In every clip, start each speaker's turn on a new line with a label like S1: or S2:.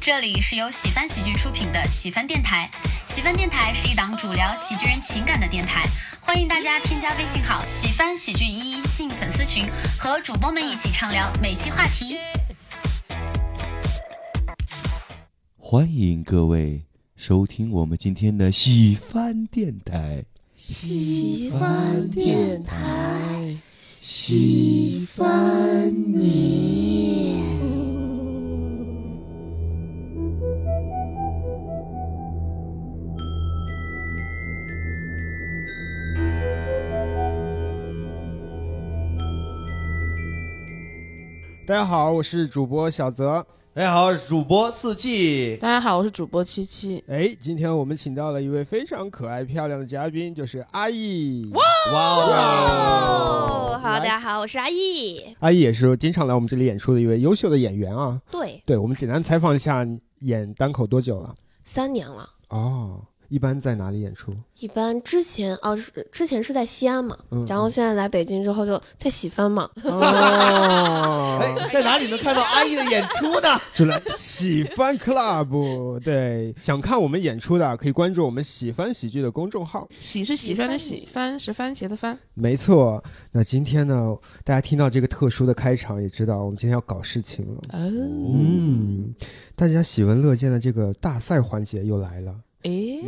S1: 这里是由喜翻喜剧出品的喜翻电台。喜翻电台是一档主聊喜剧人情感的电台，欢迎大家添加微信号“喜翻喜剧一”进粉丝群，和主播们一起畅聊每期话题。
S2: 欢迎各位收听我们今天的喜翻电台，
S3: 喜欢电台，
S2: 喜
S3: 欢你。
S4: 大家好，我是主播小泽。
S5: 大哎家好，我是主播四季。
S3: 大家好，我是主播七七。
S4: 哎，今天我们请到了一位非常可爱漂亮的嘉宾，就是阿易。
S5: 哇
S6: 哦，好，大
S4: 来
S6: 家好，我是阿易。
S4: 阿易也是经常来我们这里演出的一位优秀的演员啊。
S6: 对，
S4: 对，我们简单采访一下，你演单口多久了？
S3: 三年了，
S4: 哦，一般在哪里演出？
S3: 一般之前哦，是之前是在西安嘛，
S4: 嗯
S3: 然后现在来北京之后就在喜番嘛，
S4: 哦，
S5: 哎，在哪里能看到阿姨的演出 呢？
S4: 就来喜翻 club。对，想看我们演出的可以关注我们喜翻喜剧的公众号。
S7: 喜是喜欢的喜，番是番茄的番。
S4: 没错，那今天呢，大家听到这个特殊的开场，也知道我们今天要搞事情了。
S7: 哦，
S4: 嗯，大家喜闻乐见的这个大赛环节又来了。
S7: 诶，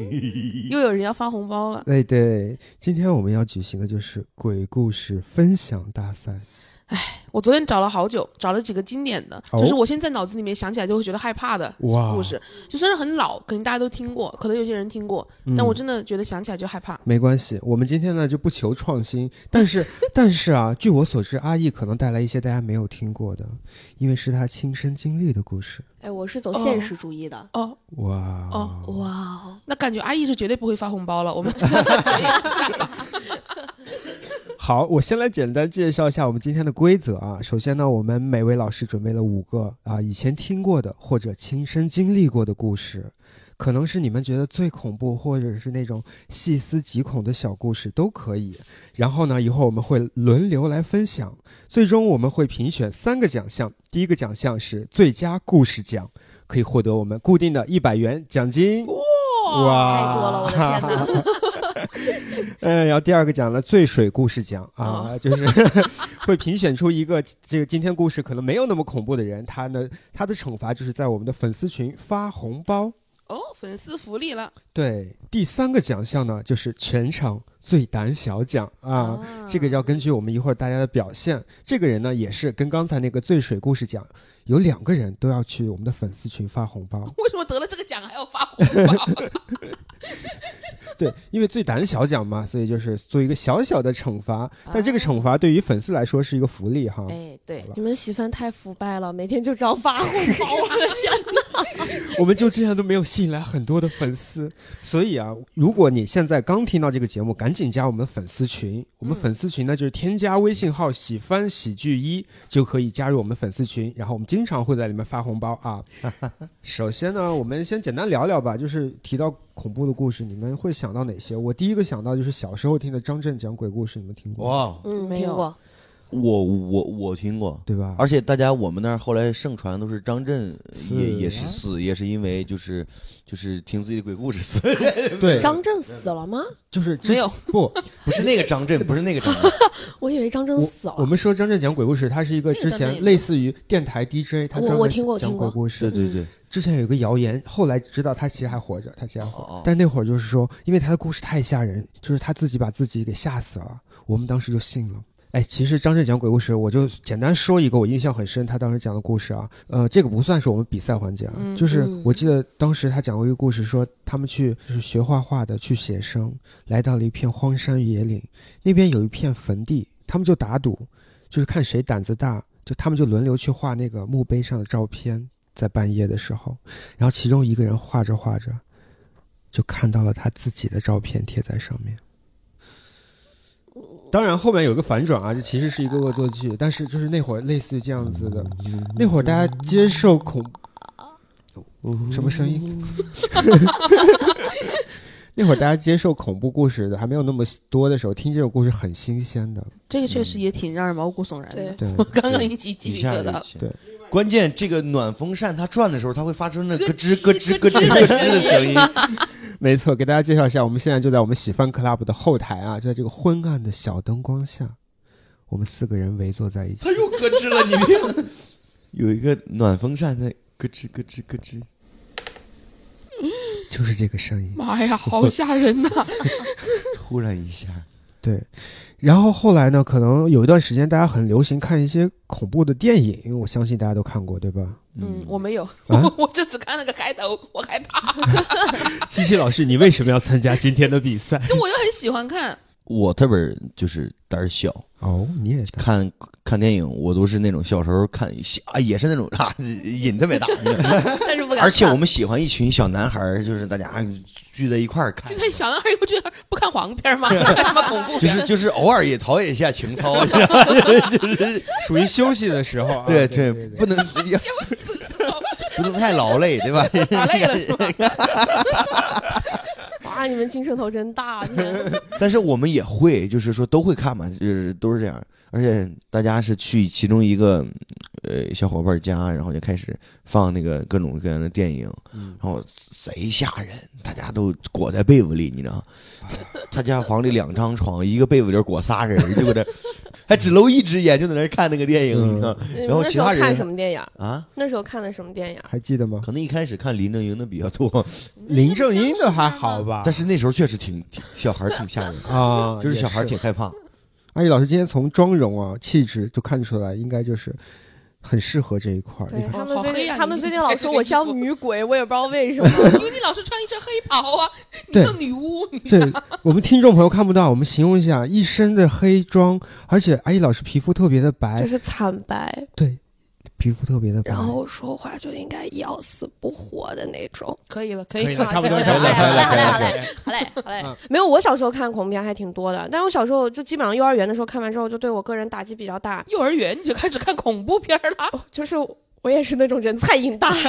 S7: 又有人要发红包了。
S4: 哎，对，今天我们要举行的就是鬼故事分享大赛。
S7: 我昨天找了好久，找了几个经典的，
S4: 哦
S7: 就是我现在脑子里面想起来就会觉得害怕的
S4: 哇
S7: 故事，就虽然很老，可能大家都听过，可能有些人听过，但我真的觉得想起来就害怕。
S4: 没关系，我们今天呢就不求创新，但是但是啊，据我所知，阿易可能带来一些大家没有听过的，因为是他亲身经历的故事。
S3: 哎，我是走现实主义的。
S7: 哦，
S4: 哇
S7: 哦
S3: 哇哦，
S7: 那感觉阿姨是绝对不会发红包了。我 们
S4: 好，我先来简单介绍一下我们今天的规则啊。首先呢，我们每位老师准备了五个啊以前听过的或者亲身经历过的故事，可能是你们觉得最恐怖或者是那种细思极恐的小故事都可以。然后呢，以后我们会轮流来分享，最终我们会评选三个奖项，第一个奖项是最佳故事奖，可以获得我们固定的一百元奖金。哇，
S3: 太多了我的天哪！
S4: 嗯，然后第二个讲了醉水故事奖啊，
S3: 哦
S4: 就是 会评选出一个这个今天故事可能没有那么恐怖的人，他呢他的惩罚就是在我们的粉丝群发红包。
S7: 哦，粉丝福利了
S4: 对，第三个奖项呢就是全场最胆小奖啊。
S3: 哦
S4: 这个要根据我们一会儿大家的表现，这个人呢也是跟刚才那个醉水故事讲，有两个人都要去我们的粉丝群发红包。
S7: 为什么得了这个奖还要发红包？啊
S4: 对，因为最胆小奖嘛，所以就是做一个小小的惩罚，但这个惩罚对于粉丝来说是一个福利哈。
S7: 哎，对，
S3: 你们喜番太腐败了，每天就知道发红包，我的
S6: 啊
S3: 天！
S4: 我们就这样都没有吸引来很多的粉丝，所以啊，如果你现在刚听到这个节目，赶紧加我们粉丝群。我们粉丝群呢，就是添加微信号“喜翻喜剧一”就可以加入我们粉丝群，然后我们经常会在里面发红包啊。首先呢，我们先简单聊聊吧，就是提到恐怖的故事，你们会想到哪些？我第一个想到就是小时候听的张震讲鬼故事，你们听过吗
S5: 哇， 哦
S3: 嗯，
S7: 没有
S3: 听过，
S5: 我我我听过，
S4: 对吧？
S5: 而且大家我们那儿后来盛传都是张震
S4: 是
S5: 也也是死，也是因为就是就是听自己的鬼故事死，
S4: 对，
S3: 张震死了吗？
S4: 就是之
S7: 没有
S4: 不，
S5: 不是那个张震，不是那个 张震，
S3: 我以为张震
S4: 我
S3: 死了。嗯
S4: 我们说张震讲鬼故事，他是一个
S7: 那个
S4: 之
S7: 张震也
S4: 前
S7: 不
S4: 类似于电台 DJ，他
S3: 我
S4: 专
S3: 我
S4: 门
S3: 听过
S4: 讲
S3: 听
S4: 鬼
S3: 过
S4: 故事。
S5: 对对对，
S4: 之前有一个谣言，后来知道他其实还活着，他其实还活着。
S5: 哦
S4: 但那会儿就是说，因为他的故事太吓人，就是他自己把自己给吓死了，我们当时就信了。哎，其实张震讲鬼故事，我就简单说一个我印象很深，他当时讲的故事啊，呃，这个不算是我们比赛环节啊，
S7: 嗯
S4: 就是
S3: 嗯
S4: 我记得当时他讲过一个故事，说他们去就是学画画的去写生，来到了一片荒山野岭，那边有一片坟地，他们就打赌，就是看谁胆子大，就他们就轮流去画那个墓碑上的照片，在半夜的时候，然后其中一个人画着画着，就看到了他自己的照片贴在上面。当然，后面有个反转啊，这其实是一个恶作剧，但是就是那会儿类似于这样子的，那会儿大家接受恐什么声 音？那会儿大家接受恐怖故事的还没有那么多的时候，听这种故事很新鲜的。
S7: 嗯这个确实也挺让人毛骨悚然的
S3: 对。
S4: 对，
S7: 刚刚已经起鸡
S5: 一
S7: 皮
S5: 下
S7: 疙瘩
S5: 就
S7: 了。
S5: 起
S4: 对
S5: 关键这个暖风扇它转的时候，它会发出那咯吱咯吱
S7: 咯
S5: 咯
S7: 吱
S5: 吱咯吱的声音。
S4: 没错，给大家介绍一下，我们现在就在我们喜饭 club 的后台啊，就在这个昏暗的小灯光下，我们四个人围坐在一起
S5: 它。又咯吱了，你别。有一个暖风扇在咯吱咯吱咯吱，
S4: 就是这个声音。
S7: 妈呀，好吓人呐！
S5: 突然一下，
S4: 对，然后后来呢，可能有一段时间大家很流行看一些恐怖的电影，我相信大家都看过，对吧？
S7: 嗯，我没有，
S4: 啊
S7: 我就只看了个开头，我害怕。
S4: 七七老师，你为什么要参加今天的比赛？
S7: 就我又很喜欢看，
S5: 我特别就是胆儿小，
S4: 哦，你也看
S5: 看看电影，我都是那种小时候看啊，也是那种啊，瘾特别 大。
S8: 但是不敢看。
S5: 而且我们喜欢一群小男孩儿，就是大家聚在一块儿看
S7: 就，看小男孩儿，我觉得不看黄片儿吗？看什么 恐怖
S5: 就
S7: 片？
S5: 是就是偶尔也陶冶一下情 操，就是
S4: 属于休息的时候、啊
S5: 对
S4: 对
S5: 对，不能
S7: 休息的时候
S5: 不能太劳累， 对吧？
S7: 打累了是吧？
S6: 哇，你们精神头真大，天
S5: 但是我们也会，就是说都会看嘛，就是都是这样。而且大家是去其中一个呃小伙伴家，然后就开始放那个各种各样的电影，
S4: 嗯
S5: 然后贼吓人，大家都裹在被子里，你知道吗？他他家房里两张床，一个被子里裹仨人，就搁那儿还只露一只眼就在那儿看那个电影，你知道吗
S6: 你
S5: 然
S6: 们
S5: 后
S6: 那
S5: 其
S6: 时候
S5: 他
S6: 看
S5: 人
S6: 什么电影？
S5: 啊？
S6: 那时候看的什么电影？
S4: 还记得吗？
S5: 可能一开始看林正英的比较多，
S4: 林正英的还好吧？
S5: 但是那时候确实挺挺小孩儿挺吓人的，
S4: 啊，
S5: 就是小孩儿
S4: 也
S5: 挺害怕。
S4: 阿姨老师今天从妆容啊、气质就看出来，应该就是很适合这一块儿。你
S6: 对
S4: 看
S6: 他
S7: 好
S6: 们最
S7: 黑
S6: 近，
S7: 呀
S6: 他
S7: 你
S6: 们
S7: 这
S6: 最近
S7: 个
S6: 老
S7: 这
S6: 说
S7: 个
S6: 我
S7: 衣
S6: 像
S7: 服
S6: 女鬼，我也不知道为什么。
S7: 因为你老是穿一身黑袍啊，你
S4: 对
S7: 像女巫，你
S4: 对我们听众朋友看不到，我们形容一下，一身的黑妆，而且阿姨老师皮肤特别的白
S8: 就，是惨白，
S4: 对，皮肤特别的白。
S8: 然
S7: 嗯
S8: 后说话就应该要死不活的那种。
S7: 可以了，可
S4: 可以
S7: 以
S4: 了差不多
S6: 好嘞，
S4: 差
S6: 好
S4: 不多
S6: 嘞，
S4: 差不多
S6: 好嘞，
S4: 差
S6: 好
S4: 不多
S6: 嘞，好嘞，好嘞
S4: 嗯。
S6: 没有，我小时候看恐怖片还挺多的，但是我小时候就基本上幼儿园的时候看完之后，就对我个人打击比较大，
S7: 幼儿园你就开始看恐怖片儿了，
S6: 就是我也是那种人菜瘾大，
S7: 你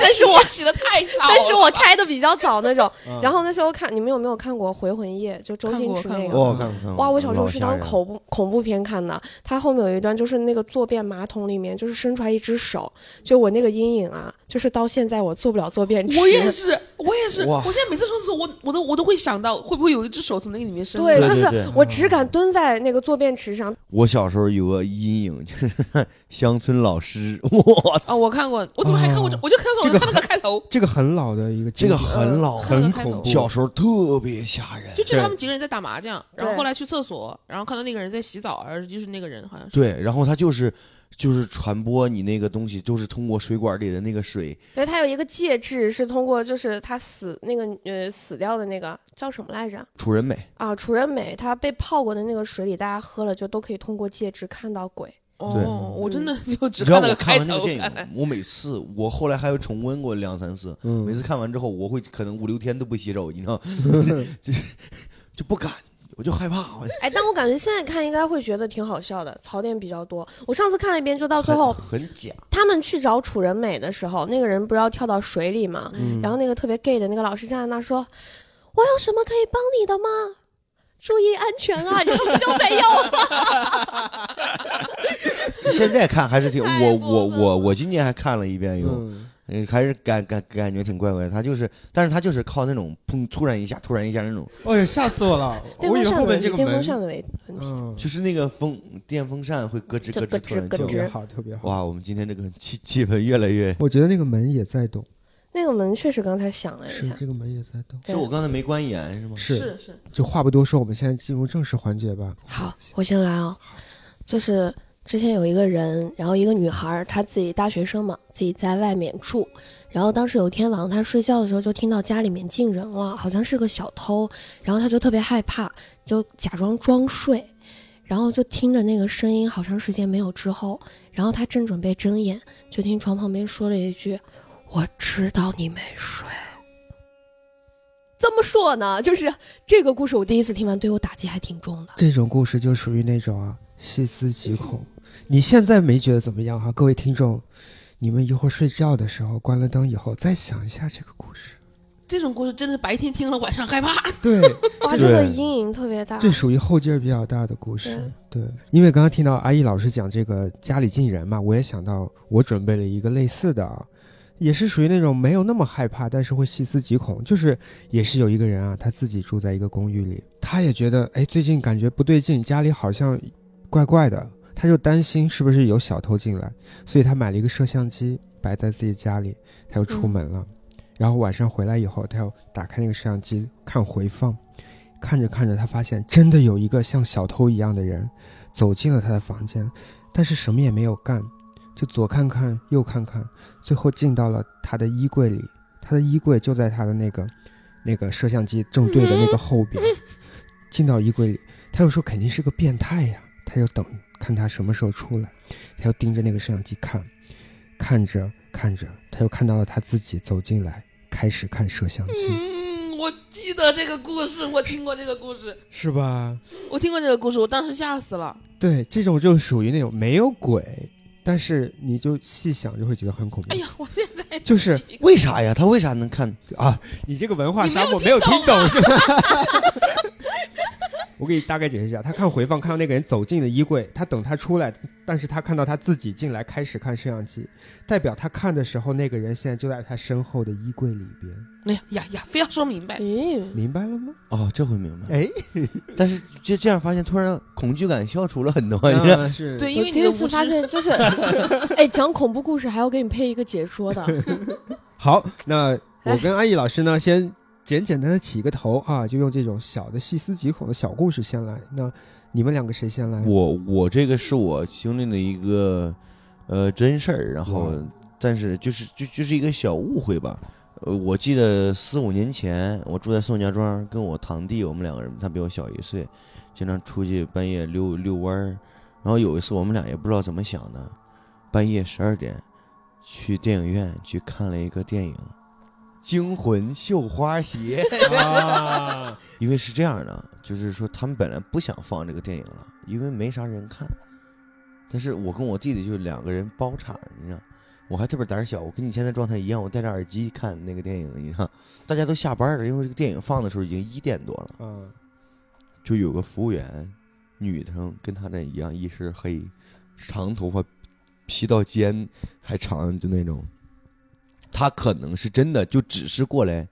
S7: 但是我起的太早了，
S6: 但是我开的比较早那种。
S4: 嗯
S6: 然后那时候看，你们有没有看过《回魂夜》？就周星驰
S7: 看
S6: 那
S7: 过看
S6: 个
S7: 过。嗯
S5: 我哦看看
S6: 哇，我小时候是当
S5: 口。
S6: 恐怖恐怖片看的，它后面有一段就是那个坐便马桶里面就是伸出来一只手，就我那个阴影啊，就是到现在我做不了坐便 池。
S7: 我也是，我也是，
S5: 哇
S7: 我现在每次上厕所，我我都我都会想到会不会有一只手从那个里面伸出来
S6: 对，就
S5: 对
S6: 是我只敢蹲在那个坐便池上，
S5: 我小时候有个阴影，就是乡村老师， 哇，
S7: 啊、我看过，我怎么还看过这？
S4: 哦
S7: 我就看到我
S4: 这个
S7: 就看那个开头，
S4: 这个很老的一个
S5: 这
S4: 经
S5: 个
S4: 典，
S5: 很老，
S7: 看
S4: 很
S7: 到开
S4: 恐
S7: 头
S4: 怖。
S5: 小时候特别吓人。
S7: 就记得他们几个人在打麻将，然后
S6: 对
S7: 后来去厕所，然后看到那个人在洗澡，而就是那个人好像是
S5: 对，然后他就是就是传播你那个东西，就是通过水管里的那个水，
S6: 对，它有一个介质是通过就是它死那个呃死掉的那个叫什么来着？
S5: 楚人美
S6: 啊，楚人美她被泡过的那个水里，大家喝了就都可以通过介质看到鬼。
S5: 对
S7: 哦，我真的就只
S5: 你知道
S7: 看那
S5: 我
S7: 个
S5: 看
S7: 开
S5: 完这个
S7: 头，
S5: 电影，我每次我后来还有重温过两三次，每
S4: 嗯，
S5: 次看完之后，我会可能五六天都不洗手，你知道， 就是就不敢，我就害怕，我
S6: 哎，但我感觉现在看应该会觉得挺好笑的，槽点比较多。我上次看了一遍，就到 最后
S5: 很很假。
S6: 他们去找楚人美的时候，那个人不是要跳到水里吗？
S5: 嗯
S6: 然后那个特别 gay 的那个老师站在那说：“我有什么可以帮你的吗？注意安全啊！”然后就没有了。
S5: 现在看还是挺
S6: 太
S5: 我
S6: 过
S5: 我
S6: 分
S5: 我
S6: 了
S5: 我今年还看了一遍有。
S4: 嗯，
S5: 嗯，还是感感感觉挺怪怪的。他就是，但是他就是靠那种砰，突然一下，突然一下那种，
S4: 哎呀，吓死我 了！
S6: 电
S4: 我以为
S6: 风扇
S4: 后
S6: 的
S4: 面
S6: 问
S4: 这
S6: 题，
S4: 个
S6: 电风
S4: 门，
S6: 扇的问问题。
S4: 嗯，
S5: 就是那个风电风扇会咯吱
S6: 就
S5: 咯吱，
S6: 咯
S5: 突
S6: 吱
S5: 然
S6: 咯
S5: 就
S4: 特
S6: 吱
S4: 别好，特别好。
S5: 哇，我们今天这个气气氛越来越。
S4: 我觉得那个门也在动，
S6: 那个门确实刚才响了一
S4: 是
S6: 下，
S4: 这个门也在动。
S6: 对
S5: 是我刚才没关严是吗？
S4: 是，
S7: 是是，
S4: 就话不多说，我们现在进入正式环节吧。
S6: 好，我先来啊、就是之前有一个人，然后一个女孩儿，她自己大学生嘛，自己在外面住，然后当时有一天晚上她睡觉的时候就听到家里面进人了，好像是个小偷，然后她就特别害怕，就假装装睡，然后就听着那个声音，好长时间没有之后，然后她正准备睁眼，就听床旁边说了一句：“我知道你没睡。”这么说呢，就是这个故事，我第一次听完，对我打击还挺重的。
S4: 这种故事就属于那种啊，细思极恐。你现在没觉得怎么样哈、各位听众，你们一会儿睡觉的时候关了灯以后，再想一下这个故事，
S7: 这种故事真的是白天听了晚上害怕。
S4: 对，
S6: 哇，
S5: 这
S6: 这个
S5: 个
S6: 阴影特别大。
S4: 这属于后劲儿比较大的故事。对，因为刚刚听到阿姨老师讲这个家里进人嘛，我也想到我准备了一个类似的啊，也是属于那种没有那么害怕，但是会细思极恐。就是也是有一个人啊，他自己住在一个公寓里，他也觉得哎最近感觉不对劲，家里好像怪怪的，他就担心是不是有小偷进来，所以他买了一个摄像机摆在自己家里，他又出门了。然后晚上回来以后，他又打开那个摄像机看回放，看着看着，他发现真的有一个像小偷一样的人走进了他的房间，但是什么也没有干，就左看看右看看，最后进到了他的衣柜里。他的衣柜就在他的那个那个摄像机正对的那个后边，进到衣柜里，他又说肯定是个变态呀、他就等看他什么时候出来，他又盯着那个摄像机看，看着看着，他又看到了他自己走进来，开始看摄像机，
S7: 嗯，我记得这个故事，我听过这个故事，
S4: 是吧？
S7: 我听过这个故事，我当时吓死了。
S4: 对，这种就属于那种没有鬼，但是你就细想就会觉得很恐怖。
S7: 哎呀，我现在
S4: 就是
S7: 自己
S5: 为啥呀？他为啥能看？
S4: 啊，你这个文化
S7: 你没
S4: 沙
S7: 有
S4: 漠
S7: 听
S4: 没有听
S7: 懂
S4: 懂
S7: 啊
S4: 是吧？ 我给你大概解释一下，他看回放，看到那个人走进了衣柜，他等他出来，但是他看到他自己进来，开始看摄像机，代表他看的时候，那个人现在就在他身后的衣柜里边，
S7: 哎呀呀呀，非要说明
S3: 哎
S7: 白，
S6: 嗯，
S4: 明白了吗？
S5: 哦，这回明白。
S4: 哎，
S5: 但是就这样发现，突然恐惧感消除了很多。你看，
S4: 嗯、是，
S7: 对，因
S6: 我
S7: 为
S6: 第
S7: 你的
S6: 一
S7: 无
S6: 次
S7: 知
S6: 发现， 就是哎，讲恐怖故事还要给你配一个解 说的，
S4: 好，那我
S6: 哎
S4: 跟安逸老师呢，先简简单单起个头啊，就用这种小的细思极恐的小故事先来。那你们两个谁先来？
S5: 我我这个是我经历的一个呃真事儿，然后
S4: 嗯
S5: 但是就是就就是一个小误会吧。呃，我记得四五年前，我住在宋家庄，跟我堂弟，我们两个人，他比我小一岁，经常出去半夜溜遛弯儿。然后有一次，我们俩也不知道怎么想的，半夜十二点去电影院去看了一个电影《惊魂绣花 鞋》。
S4: 啊，
S5: 因为是这样的，就是说他们本来不想放这个电影了，因为没啥人看。但是我跟我弟弟就两个人包场，你知道，我还特别胆小，我跟你现在状态一样，我戴着耳机看那个电影，你知道，大家都下班了，因为这个电影放的时候已经一点多了，
S4: 嗯，
S5: 就有个服务员，女生跟她这一样，一身黑，长头发，披到肩还长，就那种，她可能是真的就只是过来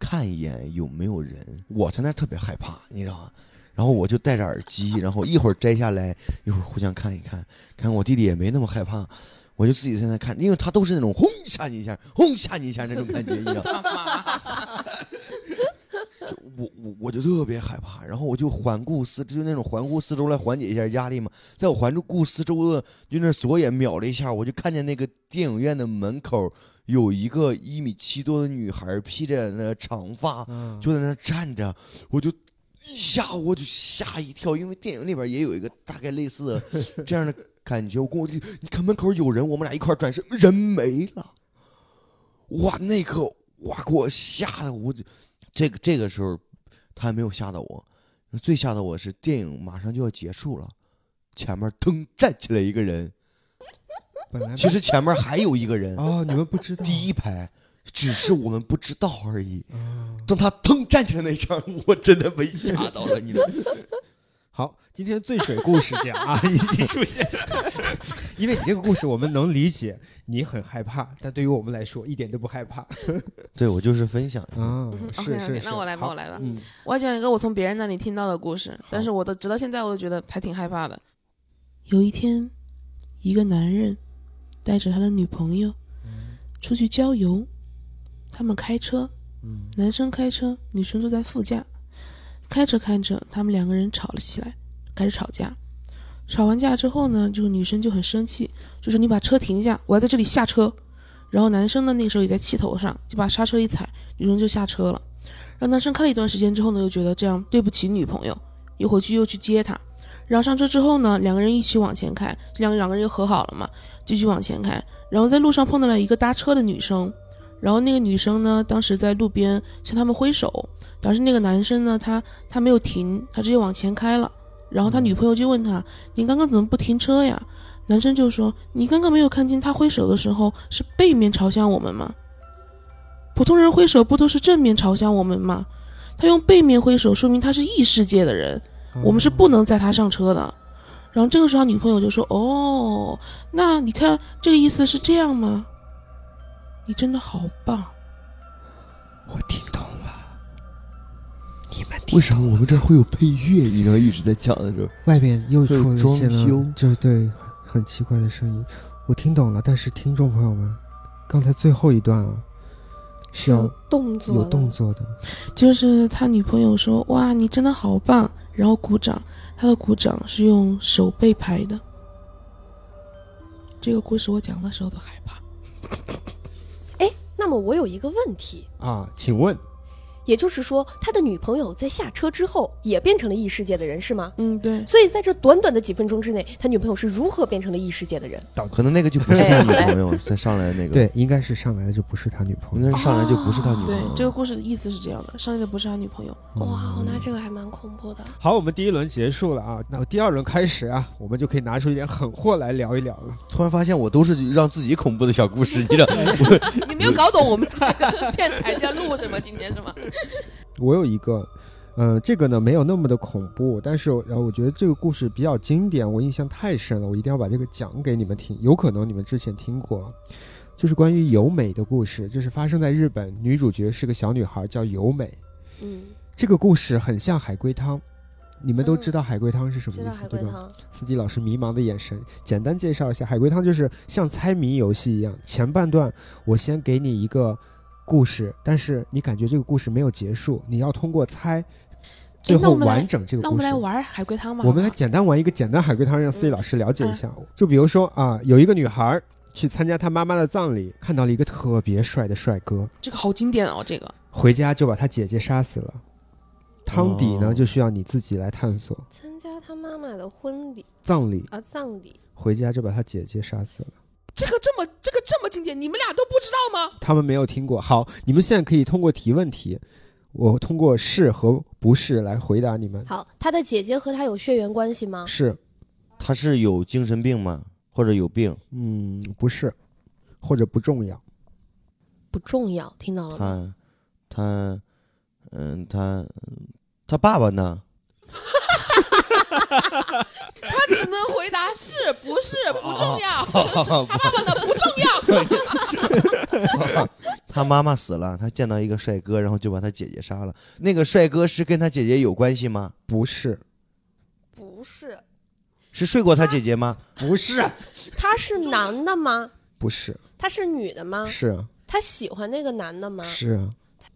S5: 看一眼有没有人，我在那儿特别害怕，你知道吗？然后我就戴着耳机，然后一会儿摘下来，一会儿互相看一看，看我弟弟也没那么害怕，我就自己在那看，因为他都是那种轰吓你一下，轰吓你一下那种感觉，你知道吗。
S7: 他妈
S5: 就我我我就特别害怕，然后我就环顾四，就是那种环顾四周来缓解一下压力嘛。在我环顾四周的，就那左眼瞄了一下，我就看见那个电影院的门口有一个一米七多的女孩，披着那长发，
S4: 嗯
S5: 就在那站着，我就一下我就吓一跳，因为电影里边也有一个大概类似 的这样的感觉。我跟我弟，你看门口有人，我们俩一块儿转身，人没了。哇，那刻哇给我吓得我就，这个这个时候他还没有吓到我，最吓到我是电影马上就要结束了，前面噔站起来一个人，
S4: 本来
S5: 其实前面还有一个人，
S4: 哦，你们不知道
S5: 第一排，只是我们不知道而已。
S4: 啊
S5: 当他腾站起来那 一刹，我真的被吓到了，你知道吗？
S4: 好，今天醉水故事讲 啊，已经出现了，因为你这个故事我们能理解，你很害怕，但对于我们来说一点都不害怕
S5: 对我就是分享一下，
S4: 啊
S7: OK OK，那我来吧，我来吧。
S4: 嗯，
S7: 我要讲一个我从别人那里听到的故事，但是我都直到现在我都觉得还挺害怕的。有一天，一个男人带着他的女朋友出去郊游，他们开车，男生开车，女生坐在副驾。开着开着，他们两个人吵了起来，开始吵架。吵完架之后呢，这个女生就很生气，就说：“你把车停下，我要在这里下车。”然后男生呢，那个时候也在气头上，就把刹车一踩，女生就下车了。让男生开了一段时间之后呢，又觉得这样对不起女朋友，又回去又去接她。然后上车之后呢，两个人一起往前开，这两两个人又和好了嘛，继续往前开。然后在路上碰到了一个搭车的女生，然后那个女生呢，当时在路边向他们挥手，当时那个男生呢，他他没有停，他直接往前开了。然后他女朋友就问他：“你刚刚怎么不停车呀？”男生就说：“你刚刚没有看见他挥手的时候是背面朝向我们吗？”普通人挥手不都是正面朝向我们吗？他用背面挥手，说明他是异世界的人，
S4: 嗯
S7: 我们是不能载他上车的。然后这个时候，他女朋友就说：“哦，那你看这个意思是这样吗？你真的好棒。”
S4: 我听懂了，你们听
S5: 为啥我们这儿会有配乐？你刚一直在讲的时候，
S4: 外面又
S5: 会有
S4: 出了
S5: 装
S4: 些了
S5: 修
S4: 就是对很很奇怪的声音，我听懂了。但是听众朋友们，刚才最后一段啊，是要
S3: 有动作
S4: 有
S3: 的
S4: 动作的，
S7: 就是他女朋友说：“哇，你真的好棒！”然后鼓掌，他的鼓掌是用手背拍的。这个故事我讲的时候都害怕。
S3: 哎那么我有一个问题，
S4: 啊，请问
S3: 也就是说，他的女朋友在下车之后也变成了异世界的人，是吗？
S7: 嗯，对，
S3: 所以在这短短的几分钟之内，他女朋友是如何变成了异世界的人？
S5: 可能那个就不是他女朋友，再上来那个，，
S4: 对，应该是上来的就不是他女
S5: 应
S4: 朋友
S5: 该，是上来就不是他女朋
S7: 哦对，
S5: 友。
S7: 这个故事的意思是这样的：上来的不是他女朋友，
S4: 嗯
S6: 哇，那这个还蛮恐怖的。
S4: 好，我们第一轮结束了啊，那第二轮开始啊，我们就可以拿出一点狠货来聊一聊了。
S5: 突然发现我都是让自己恐怖的小故事，你知道？
S7: 你没有搞懂我们这个电台在录什么？今天 是吗？
S4: 我有一个，呃，这个呢没有那么的恐怖，但是呃，我觉得这个故事比较经典，我印象太深了，我一定要把这个讲给你们听。有可能你们之前听过，就是关于由美的故事，这是发生在日本，女主角是个小女孩，叫由美。
S3: 嗯，
S4: 这个故事很像海龟汤，你们都知道海龟汤是什么
S3: 知
S4: 意
S3: 道
S4: 思，
S3: 海
S4: 对
S3: 龟
S4: 吧？
S3: 汤，
S4: 司机老师迷茫的眼神。简单介绍一下，海龟汤就是像猜谜游戏一样，前半段我先给你一个故事，但是你感觉这个故事没有结束，你要通过猜，最
S7: 那
S4: 后
S7: 我们来
S4: 完整这个故事。
S7: 那我们来玩海龟汤吧。
S4: 我们来
S7: 好不好
S4: 简单玩一个简单海龟汤，让司机老师了解一下。
S7: 嗯
S4: 就比如说啊，有一个女孩儿去参加她妈妈的葬礼，看到了一个特别帅的帅哥，
S7: 这个好经典哦，这个
S4: 回家就把他姐姐杀死了。汤底呢，
S5: 哦
S4: 就需要你自己来探索。
S6: 参加他妈妈的婚礼
S4: 葬礼
S6: 啊，葬礼。
S4: 回家就把他姐姐杀死了。
S7: 这个这么这个这么经典，你们俩都不知 道吗？
S4: 他们没有听过。好，你们现在可以通过提问题，我通过是和不是来回答你们。
S3: 好，他的姐姐和他有血缘关系吗？
S4: 是，
S5: 他是有精神病吗？或者有病？
S4: 嗯，不是，或者不重要。
S3: 不重要，听到了吗？
S5: 他他嗯，他他爸爸呢？
S7: 他只能回答是不是不重要，
S4: 哦
S7: 他爸爸呢不重要。
S5: 他妈妈死了，他见到一个帅哥，然后就把他姐姐杀了。那个帅哥是跟他姐姐有关系吗？
S4: 不是，
S6: 不是，
S5: 是睡过他姐姐吗？
S4: 不是，
S6: 他是男的吗？
S4: 不是，
S6: 他是女的吗？
S4: 是啊，
S6: 他喜欢那个男的吗？
S4: 是啊，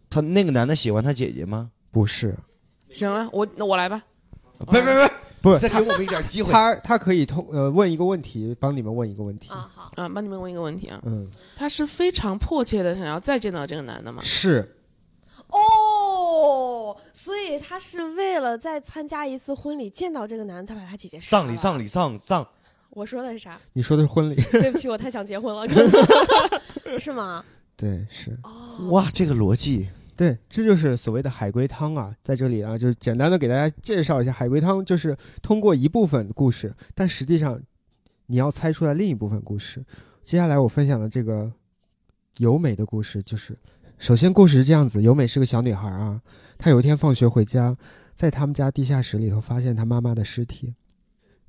S5: 他那个男的喜欢他姐姐吗？
S4: 不是。
S7: 行了，我那我来吧。
S5: 别别别，
S4: 不
S5: 再给我们一点 机会。
S4: 他他可以通呃问一个问题，帮你们问一个问题。
S6: 啊，好，
S7: 啊，帮你们问一个问题啊，
S4: 嗯，
S7: 他是非常迫切的想要再见到这个男的吗？
S4: 是
S6: 哦，所以他是为了再参加一次婚礼，见到这个男的，才把他姐姐杀了。
S5: 葬礼，葬礼，葬葬，
S6: 我说的是啥？
S4: 你说的是婚礼，
S6: 对不起，我太想结 婚了，可能是吗？
S4: 对，是
S6: 哦，
S5: 哇，这个逻辑，
S4: 对，这就是所谓的海龟汤啊，在这里啊，就是简单的给大家介绍一下，海龟汤就是通过一部分故事，但实际上你要猜出来另一部分故事。接下来我分享的这个由美的故事，就是首先故事是这样子：由美是个小女孩啊，她有一天放学回家，在他们家地下室里头发现她妈妈的尸体，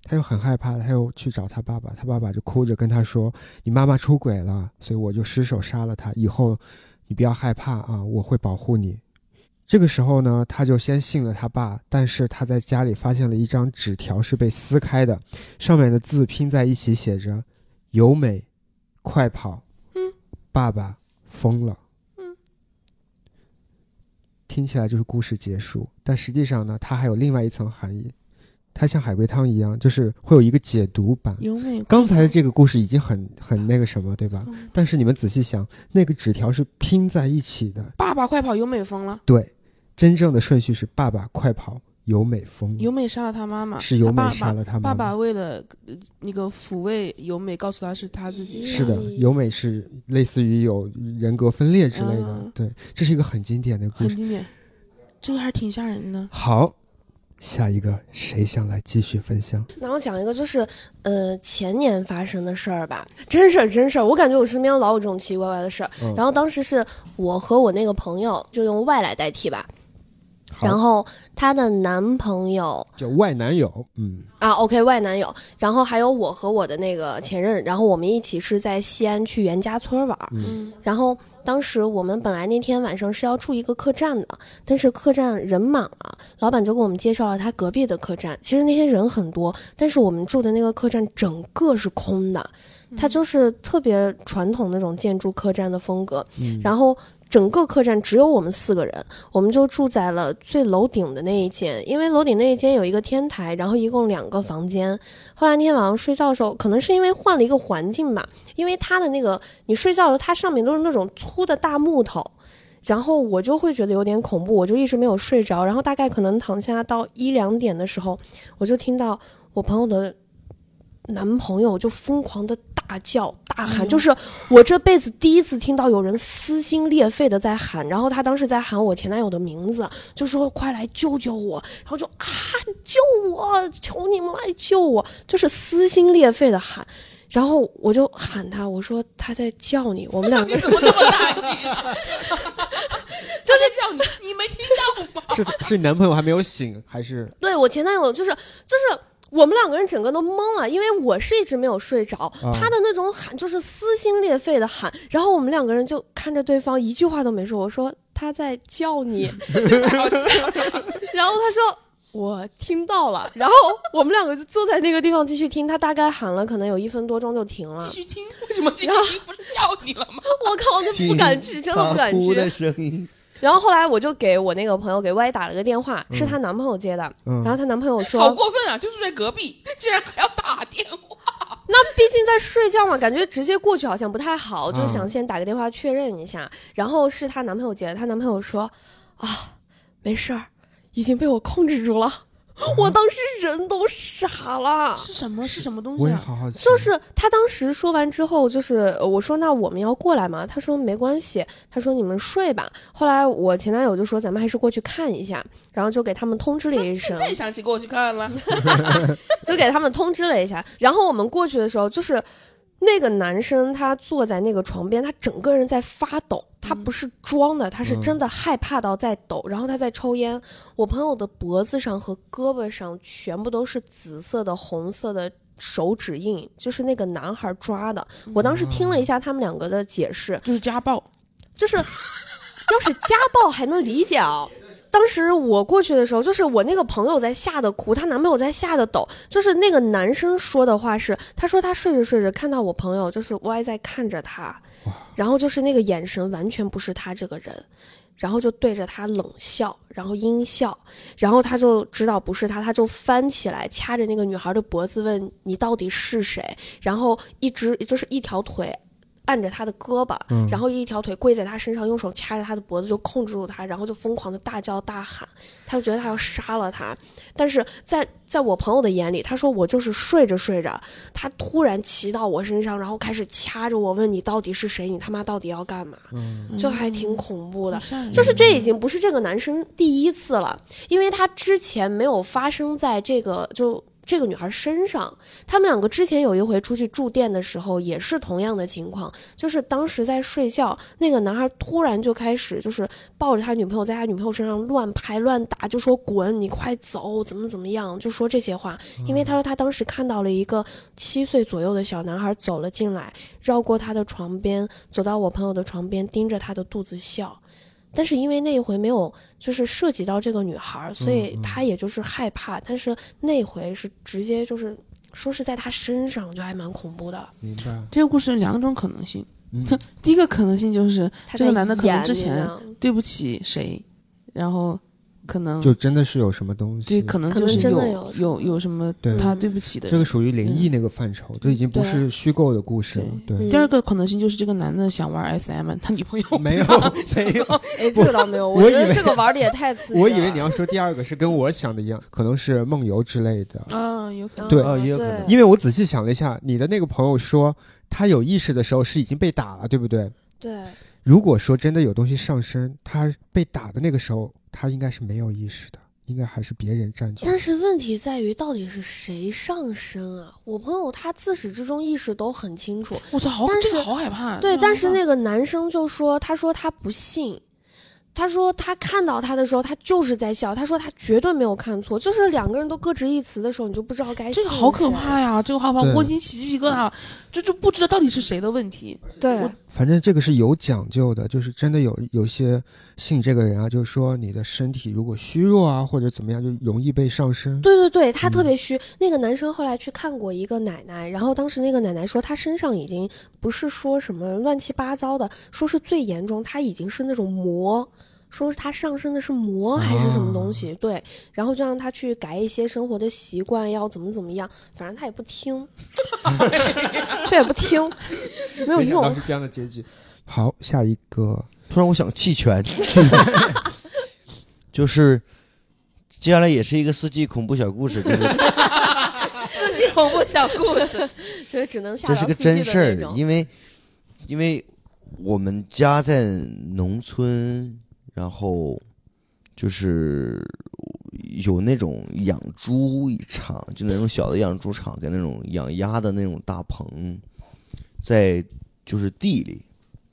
S4: 她又很害怕，她又去找她爸爸，她爸爸就哭着跟她说：“你妈妈出轨了，所以我就失手杀了她，以后你不要害怕啊，我会保护你。”这个时候呢，她就先信了她爸，但是她在家里发现了一张纸条是被撕开的，上面的字拼在一起写着“由美，快跑”，
S7: 嗯，
S4: 爸爸疯了，
S7: 嗯，
S4: 听起来就是故事结束，但实际上呢，它还有另外一层含义，它像海龟汤一样，就是会有一个解读版。
S7: 有没有？
S4: 刚才这个故事已经很很那个什么，对吧？但是你们仔细想，那个纸条是拼在一起的，
S7: 爸爸快跑，由美疯了，
S4: 对，真正的顺序是爸爸快跑，由美疯了，
S7: 由美杀了他妈妈，
S4: 嗯是由
S7: 他
S4: 美
S7: 爸
S4: 杀了他
S7: 爸
S4: 妈妈。
S7: 爸为了呃那个抚慰由美，告诉他是他自己
S4: 是的，
S6: 咦
S4: 由美是类似于有人格分裂之类的，
S7: 嗯
S4: 对，这是一个很经典的故
S7: 很
S4: 事。
S7: 经典，这个还是挺吓人的。
S4: 好，下一个谁想来继续分享？
S6: 那我讲一个，就是呃前年发生的事儿吧，真事儿真事儿。我感觉我身边老有这种奇奇怪怪的事儿。
S4: 嗯
S6: 然后当时是我和我那个朋友，就用 Y 来代替吧。
S4: 好
S6: 然后她的男朋友
S4: 就外男友，嗯，
S6: 啊，OK 外男友，然后还有我和我的那个前任，然后我们一起是在西安去袁家村玩儿。
S7: 嗯，
S6: 然后当时我们本来那天晚上是要住一个客栈的，但是客栈人满了，老板就给我们介绍了他隔壁的客栈。其实那天人很多，但是我们住的那个客栈整个是空的，它就是特别传统那种建筑客栈的风格。
S4: 嗯
S6: 然后整个客栈只有我们四个人，我们就住在了最楼顶的那一间，因为楼顶那一间有一个天台，然后一共两个房间。后来那天晚上睡觉的时候，可能是因为换了一个环境吧，因为它的那个你睡觉的时候，它上面都是那种粗的大木头。然后我就会觉得有点恐怖，我就一直没有睡着。然后大概可能躺下到一两点的时候，我就听到我朋友的男朋友就疯狂的大叫大喊，就是我这辈子第一次听到有人撕心裂肺的在喊。然后他当时在喊我前男友的名字，就说快来救救我，然后就啊救我，求你们来救我，就是撕心裂肺的喊。然后我就喊他，我说他在叫你，我们两个人
S7: 怎么这么大意啊？就是这样，你你没听到吗？
S4: 是是你男朋友还没有醒，还是
S6: 对我前男友就是就是我们两个人整个都懵了，因为我是一直没有睡着，他的那种喊就是撕心裂肺的喊，然后我们两个人就看着对方一句话都没说，我说他在叫你，
S7: 真好笑。
S6: 然后他说。我听到了，然后我们两个就坐在那个地方继续听，他大概喊了可能有一分多钟就停了
S7: 继。续听，为什么继续听？不是叫你了吗？
S6: 我靠，我都不敢去，真的不敢
S5: 哭
S6: 去。
S5: 的声音，
S6: 然后后来我就给我那个朋友给 Y 打了个电话，是她男朋友接的。
S4: 嗯
S6: 然后她男朋友说：“
S7: 好过分啊！就住在隔壁，竟然还要打电话。
S6: 那毕竟在睡觉嘛，感觉直接过去好像不太好，就
S4: 嗯
S6: 想先打个电话确认一下。然后是她男朋友接的，她男朋友说：“啊，没事儿，已经被我控制住了。”我当时人都傻了。
S7: 是什么？是什么东
S4: 我也
S7: 西啊？
S4: 好好奇，
S6: 就是她当时说完之后，就是呃我说那我们要过来嘛，她说没关系，她说你们睡吧。后来我前男友就说咱们还是过去看一下，然后就给他们通知了一声。
S7: 再想起过去看了，
S6: 就给他们通知了一下。然后我们过去的时候，就是那个男生他坐在那个床边，他整个人在发抖，他不是装的，他是真的害怕到在抖。然后他在抽烟，我朋友的脖子上和胳膊上全部都是紫色的、红色的。手指印就是那个男孩抓的，我当时听了一下他们两个的解释，
S7: 就是家暴。
S6: 就是要是家暴还能理解啊。当时我过去的时候，就是我那个朋友在吓得哭，她男朋友在吓得抖。就是那个男生说的话是，他说他睡着睡着看到我朋友就是歪在看着他，然后就是那个眼神完全不是他这个人，然后就对着他冷笑，然后阴笑，然后他就知道不是他，他就翻起来掐着那个女孩的脖子问你到底是谁，然后一直就是一条腿按着他的胳膊，然后一条腿跪在他身上，用手掐着他的脖子就控制住他，然后就疯狂的大叫大喊，他就觉得他要杀了他。但是在在我朋友的眼里，他说我就是睡着睡着，他突然骑到我身上，然后开始掐着我，问你到底是谁，你他妈到底要干嘛？
S4: 嗯
S6: 就还挺恐怖的。就是这已经不是这个男生第一次了，因为他之前没有发生在这个就这个女孩身上。他们两个之前有一回出去住店的时候，也是同样的情况，就是当时在睡觉，那个男孩突然就开始就是抱着他女朋友在他女朋友身上乱拍乱打，就说滚，你快走，怎么怎么样，就说这些话。因
S4: 嗯
S6: 为他说他当时看到了一个七岁左右的小男孩走了进来，绕过他的床边，走到我朋友的床边，盯着他的肚子笑。但是因为那一回没有就是涉及到这个女孩儿，所以
S4: 嗯
S6: 他也就是害怕。但是那回是直接就是说是在他身上，就还蛮恐怖的。
S4: 明白，
S7: 这个故事有两种可能性。
S4: 嗯
S7: 第一个可能性就是
S6: 他
S7: 这
S6: 在
S7: 个男的可能
S6: 演
S7: 之
S6: 你
S7: 前
S6: 呢
S7: 对不起谁，然后可能
S4: 就真的是有什么东西，
S7: 嗯对，可能
S6: 可
S7: 就
S6: 能
S7: 是
S6: 真的
S7: 有有
S6: 有
S7: 有什么
S4: 对
S7: 他对不起的人。
S4: 这个属于灵异那个范畴，就已经不
S6: 对
S4: 是虚构的故事了，对，
S7: 第二个可能性就是这个男的想玩 SM，他女朋友
S4: 没有没有，
S6: 哎，这个倒没有，
S4: 我
S6: 我觉
S4: 以
S6: 得
S4: 为
S6: 这个玩的也太刺激了。
S4: 我以为你要说第二个是跟我想的一样，可能是梦游之类的，
S7: 啊，有可能
S6: 嗯
S4: 对
S5: 啊也有可能
S4: 因为我仔细想了一下，你的那个朋友说他有意识的时候是已经被打了，对不对？
S6: 对
S4: 如果说真的有东西上身，他被打的那个时候，他应该是没有意识的，应应该还是别人占据。
S6: 但是问题在于，到底是谁上身啊？我朋友他自始至终意识都很清楚，
S7: 我操，好，
S6: 但
S7: 这
S6: 是
S7: 个好害怕。啊
S6: 对，
S7: 这个
S6: 但
S7: 好
S6: 是
S7: 害
S6: 那个男生就说，他说他不信，他说他看到他的时候，他就是在笑，他说他绝对没有看错，就是两个人都各执一词的时候，你就不知道该
S7: 怕这个
S6: 信
S7: 好可
S6: 谁
S7: 怕呀，这个好可怕，
S4: 对
S7: 我已经起鸡皮疙瘩了，就就不知道到底是谁的问题。
S6: 对
S7: 我，
S4: 反正这个是有讲究的，就是真的有有些信这个人啊，就是说你的身体如果虚弱啊或者怎么样，就容易被上身。
S6: 对对对，他特
S4: 嗯
S6: 别虚。那个男生后来去看过一个奶奶，然后当时那个奶奶说，她身上已经不是说什么乱七八糟的，说是最严重，她已经是那种魔，说是她上身的是魔还是什么东
S5: 哦
S6: 西。对，然后就让她去改一些生活的习惯，要怎么怎么样，反正她也不 听，这也不听，没有
S4: 没想到
S6: 用
S4: 是。这样的结局。好，下一个，
S5: 突然我想弃 权，就是接下来也是一个司机恐怖小故事，就是
S7: 自己恐怖小故事，
S6: 所以只能吓
S5: 这
S6: 到
S5: 是个
S6: 司机的
S5: 真
S6: 那
S5: 事儿
S6: 种，
S5: 因为因为我们家在农村，然后就是有那种养猪场，就那种小的养猪场跟那种养鸭的那种大棚，在就是地里，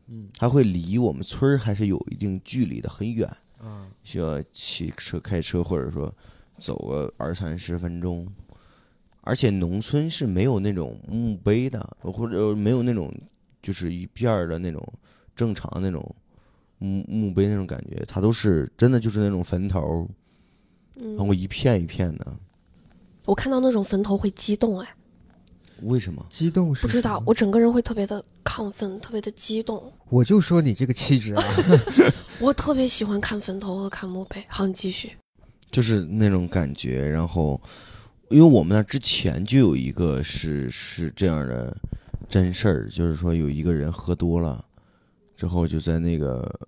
S4: 嗯，
S5: 它会离我们村儿还是有一定距离的，很远，
S4: 啊，
S5: 需要骑车、开车，或者说走个二三十分钟。而且农村是没有那种墓碑的，或者没有那种就是一片儿的那种正常那种墓墓碑那种感觉，它都是真的就是那种坟头儿，然
S6: 嗯，
S5: 后一片一片的。
S6: 我看到那种坟头会激动哎。
S5: 为什么？
S4: 激动是
S6: 不知道
S4: 什，么
S6: 我整个人会特别的亢奋，特别的激动。
S4: 我就说你这个气 质啊，
S6: 我特别喜欢看坟头和看墓碑。好，你继续。
S5: 就是那种感觉。然后，因为我们那之前就有一个是是这样的真事儿，就是说有一个人喝多了之后，就在那个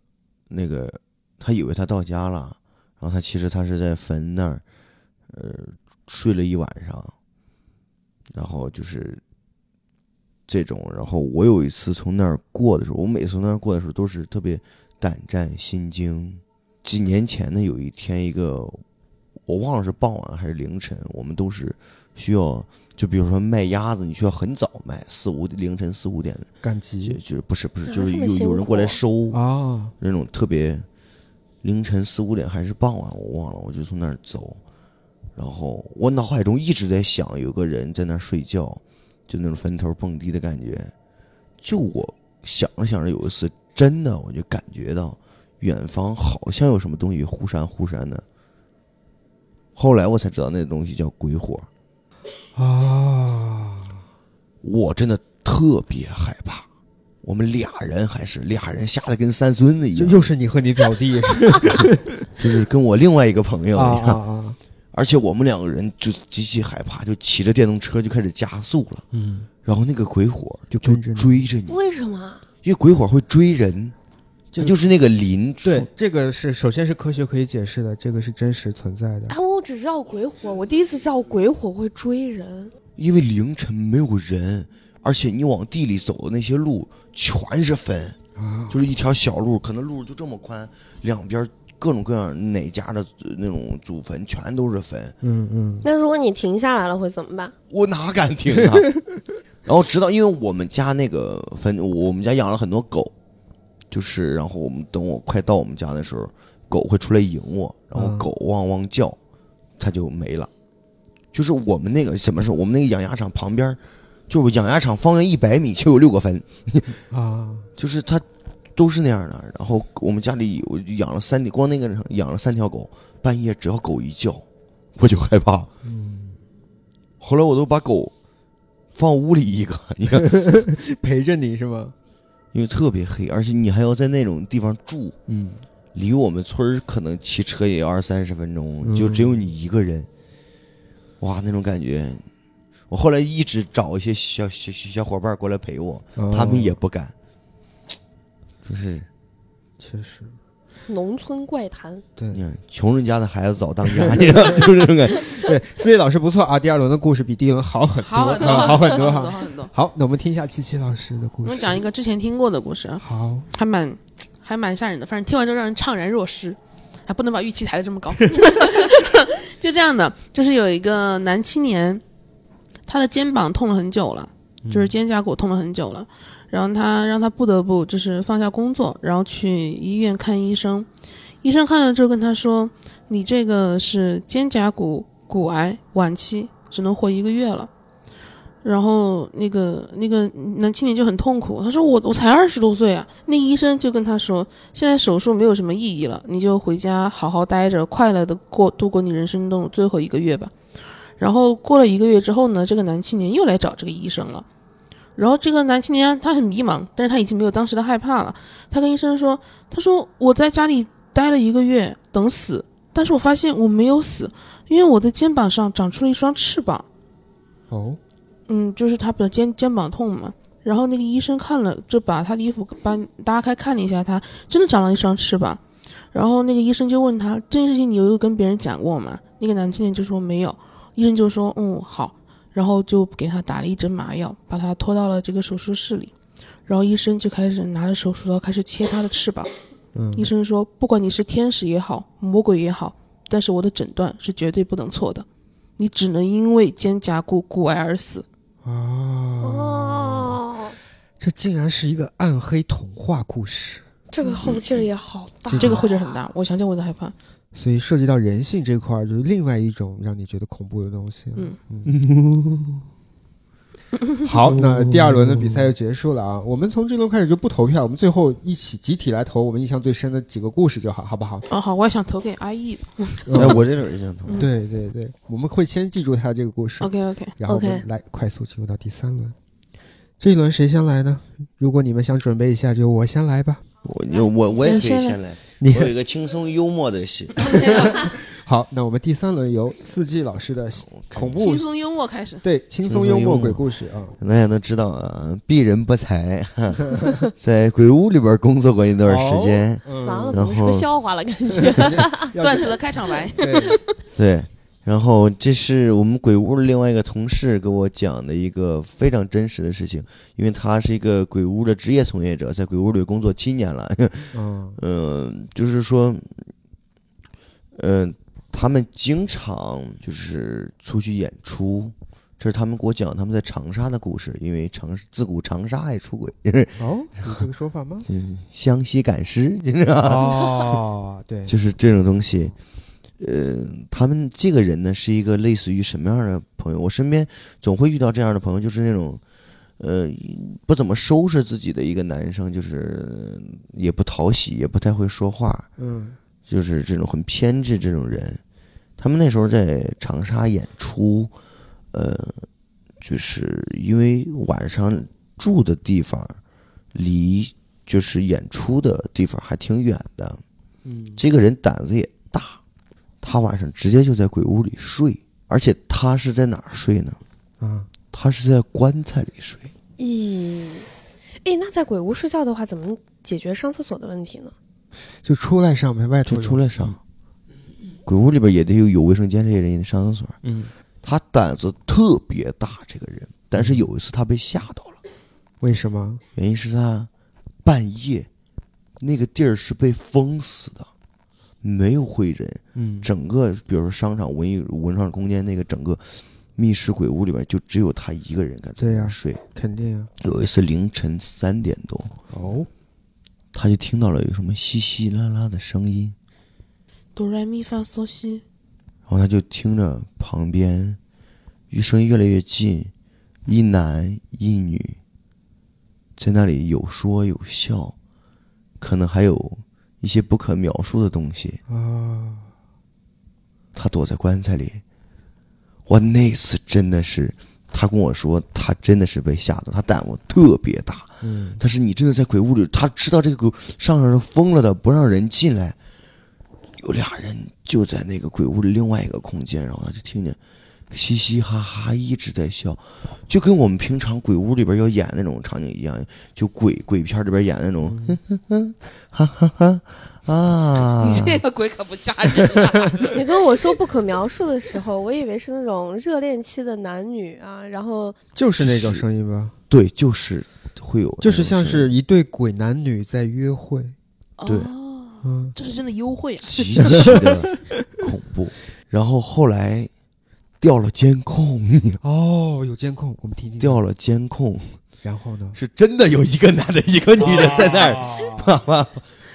S5: 那个他以为他到家了，然后他其实他是在坟那儿呃睡了一晚上，然后就是。这种，然后我有一次从那儿过的时候，我每次从那儿过的时候都是特别胆战心惊。几年前的有一天，一个我忘了是傍晚还是凌晨，我们都是需要，就比如说卖鸭子，你需要很早卖，四五凌晨四五点的，
S4: 赶
S5: 就
S4: 集
S5: 就是不是不是，
S6: 啊
S5: 就是
S6: 这么
S5: 有
S6: 辛
S5: 有人过来
S6: 苦
S5: 收
S4: 啊，
S5: 那种特别凌晨四五点还是傍晚，我忘了，我就从那儿走，然后我脑海中一直在想有个人在那儿睡觉，就那种坟头蹦迪的感觉。就我想着想着，有一次真的我就感觉到远方好像有什么东西忽闪忽闪的，后来我才知道那东西叫鬼火，
S4: 啊，
S5: 我真的特别害怕。我们俩人还是俩人吓得跟三孙子一
S4: 就
S5: 样，
S4: 又是你和你表弟
S5: 就是跟我另外一个朋友
S4: 啊
S5: 一样，
S4: 啊啊，
S5: 而且我们两个人就极其害怕，就骑着电动车就开始加速了。
S4: 嗯，
S5: 然后那个鬼火
S4: 就
S5: 就
S4: 跟着你
S5: 追着你，
S6: 为什么？
S5: 因为鬼火会追人，它就是那个林
S4: 对，这个是首先是科学可以解释的，这个是真实存在的。
S6: 哎，我只知道鬼火，我第一次知道鬼火会追人。
S5: 因为凌晨没有人，而且你往地里走的那些路全是坟，
S4: 啊，
S5: 就是一条小路，可能路就这么宽，两边各种各样哪家的呃那种祖坟全都是坟，
S4: 嗯嗯，
S6: 那如果你停下来了会怎么办？
S5: 我哪敢停啊？然后直到因为我们家那个坟，我们家养了很多狗，就是然后我们等我快到我们家的时候，狗会出来迎我，然后
S4: 嗯
S5: 狗汪汪叫，它就没了。就是我们那个什么时候，我们那个养鸭场旁边，就是养鸭场方圆一百米就有六个坟，
S4: 啊，
S5: 就是它都是那样的。然后我们家里我养了三，光那个养了三条狗，半夜只要狗一叫，我就害怕。
S4: 嗯，
S5: 后来我都把狗放屋里一个， 你看，
S4: 陪着你是吗？
S5: 因为特别黑，而且你还要在那种地方住，
S4: 嗯，
S5: 离我们村儿可能骑车也要二三十分钟，
S4: 嗯
S5: 就只有你一个人，哇，那种感觉。我后来一直找一些小小小小伙伴过来陪我，他们也
S4: 哦
S5: 不敢，就是
S4: 确实
S6: 农村怪谈，
S4: 对
S5: 你看，穷人家的孩子早当家，你知 道，就是这种感觉。
S4: 对，思怡老师不错啊，第二轮的故事比第一轮好很多，
S7: 好很多，
S4: 啊好很多
S7: 好
S4: 哈。
S7: 很多。
S4: 好，那我们听一下七七老师的故
S7: 我
S4: 事。
S7: 们讲一个之前听过的故事啊，
S4: 好，
S7: 还蛮还蛮吓人的，反正听完之后让人怅然若失，还不能把预期抬得这么高。 就这样的，就是有一个男青年，他的肩膀痛了很久了，
S4: 嗯
S7: 就是肩胛骨痛了很久了，然后他让他不得不就是放下工作，然后去医院看医生。医生看了之后跟他说：“你这个是肩胛骨骨癌晚期，只能活一个月了。”然后那个那个男青年就很痛苦，他说我我才二十多岁啊。那医生就跟他说，现在手术没有什么意义了，你就回家好好待着，快乐的过度过你人生中的最后一个月吧。然后过了一个月之后呢，这个男青年又来找这个医生了。然后这个男青年他很迷茫，但是他已经没有当时的害怕了。他跟医生说：“他说我在家里待了一个月等死，但是我发现我没有死，因为我的肩膀上长出了一双翅膀。”
S4: 哦，
S7: 嗯，就是他的肩肩膀痛嘛。然后那个医生看了，就把他的衣服搬拉开看了一下他，真的长了一双翅膀。然后那个医生就问他这件事情，你有跟别人讲过吗？那个男青年就说没有。医生就说嗯好，然后就给他打了一针麻药，把他拖到了这个手术室里。然后医生就开始拿着手术刀开始切他的翅膀。
S4: 嗯
S7: 医生说，不管你是天使也好，魔鬼也好，但是我的诊断是绝对不能错的，你只能因为肩胛骨骨癌而死。
S4: 啊，
S6: 哦，
S4: 这竟然是一个暗黑童话故事，
S6: 这个后劲儿也好大，
S7: 这个后劲儿很大，我想想我都害怕。
S4: 所以涉及到人性这块儿，就是另外一种让你觉得恐怖的东西了。嗯
S7: 嗯
S4: 好，那第二轮的比赛就结束了啊！我们从这轮开始就不投票，我们最后一起集体来投我们印象最深的几个故事就好，好不好？
S7: 啊，好，我也想投给阿义。
S5: 哎，我这边也想投。
S4: 对对对，我们会先记住他这个故事，
S7: OK OK，
S4: 然后我
S3: OK
S4: 们来快速进入到第三轮。这一轮谁先来呢？如果你们想准备一下，就我先来吧。
S9: 我就我我也可以
S7: 先
S9: 先来，
S4: 你
S9: 我有一个轻松幽默的戏，
S4: 好，那我们第三轮由四季老师的恐怖
S7: 轻松幽默开始。
S4: 对轻松
S5: 松
S4: 幽
S5: 幽
S4: 默
S5: 默
S4: 鬼故事啊，
S5: 大家都知道啊，鄙人不才， 在鬼屋里边工作过一段时间。
S4: 嗯，
S6: 完了，
S5: 然
S6: 怎么是个
S5: 后
S6: 笑话了？感觉
S4: 要
S7: 段子的开 场白，
S4: 对，
S5: 对，然后这是我们鬼屋的另外一个同事给我讲的一个非常真实的事情，因为他是一个鬼屋的职业从业者，在鬼屋里工作七年了。
S4: 嗯
S5: 嗯，就是说，嗯，他们经常就是出去演出，这是他们给我讲他们在长沙的故事，因为长自古长沙爱出轨，就是
S4: 哦，有这个说法吗？
S5: 湘西赶尸，你知道吗？
S4: 哦，对，
S5: 就是这种东西。呃，他们这个人呢，是一个类似于什么样的朋友？我身边总会遇到这样的朋友，就是那种，呃，不怎么收拾自己的一个男生，就是也不讨喜，也不太会说话，
S4: 嗯
S5: 就是这种很偏执这种人。他们那时候在长沙演出，呃，就是因为晚上住的地方离就是演出的地方还挺远的，
S4: 嗯，
S5: 这个人胆子也大，他晚上直接就在鬼屋里睡，而且他是在哪儿睡呢？
S4: 啊，
S5: 他是在棺材里睡。
S6: 咦，哎，那在鬼屋睡觉的话，怎么解决上厕所的问题呢？
S4: 就出来上呗，外头
S5: 就
S4: 有
S5: 出来上。鬼屋里边也得有有卫生间，这些人也得上厕所。
S4: 嗯，
S5: 他胆子特别大，这个人。但是有一次他被吓到了，
S4: 为什么？
S5: 原因是他半夜那个地儿是被封死的，没有会人，
S4: 嗯
S5: 整个比如说商场文艺文创空间那个整个密室鬼屋里边就只有他一个人敢在
S4: 对呀
S5: 那睡。
S4: 肯定啊。
S5: 有一次凌晨三点多，
S4: 哦，
S5: 他就听到了有什么稀稀拉拉的声音，
S7: 哆来咪发嗦西，
S5: 然后他就听着旁边，越声音越来越近，一男一女，在那里有说有笑，可能还有一些不可描述的东西。
S4: 啊，
S5: 他躲在棺材里，我那次真的是，他跟我说他真的是被吓到，他胆子特别大。
S4: 嗯，
S5: 他说你真的在鬼屋里，他知道这个鬼上面是封了的，不让人进来。有俩人就在那个鬼屋的另外一个空间，然后他就听见嘻嘻哈哈一直在笑，就跟我们平常鬼屋里边要演那种场景一样，就鬼鬼片里边演那种，哈哈哈哈啊！
S4: 嗯
S7: 你这个鬼可不吓人啊！
S6: 你跟我说不可描述的时候，我以为是那种热恋期的男女啊，然后
S4: 就是那种声音吧，
S5: 对，就是会有，
S4: 就是像是一对鬼男女在约会。
S5: 对
S7: 哦，
S4: 嗯，
S7: 这是真的优惠啊！
S5: 极其的恐怖。然后后来调了监控，你知道
S4: 哦，有监控，我们听听。
S5: 调了监控，
S4: 然后呢？
S5: 是真的有一个男的，一个女的在那儿。
S7: 哦
S4: 儿，
S5: 啪啪啪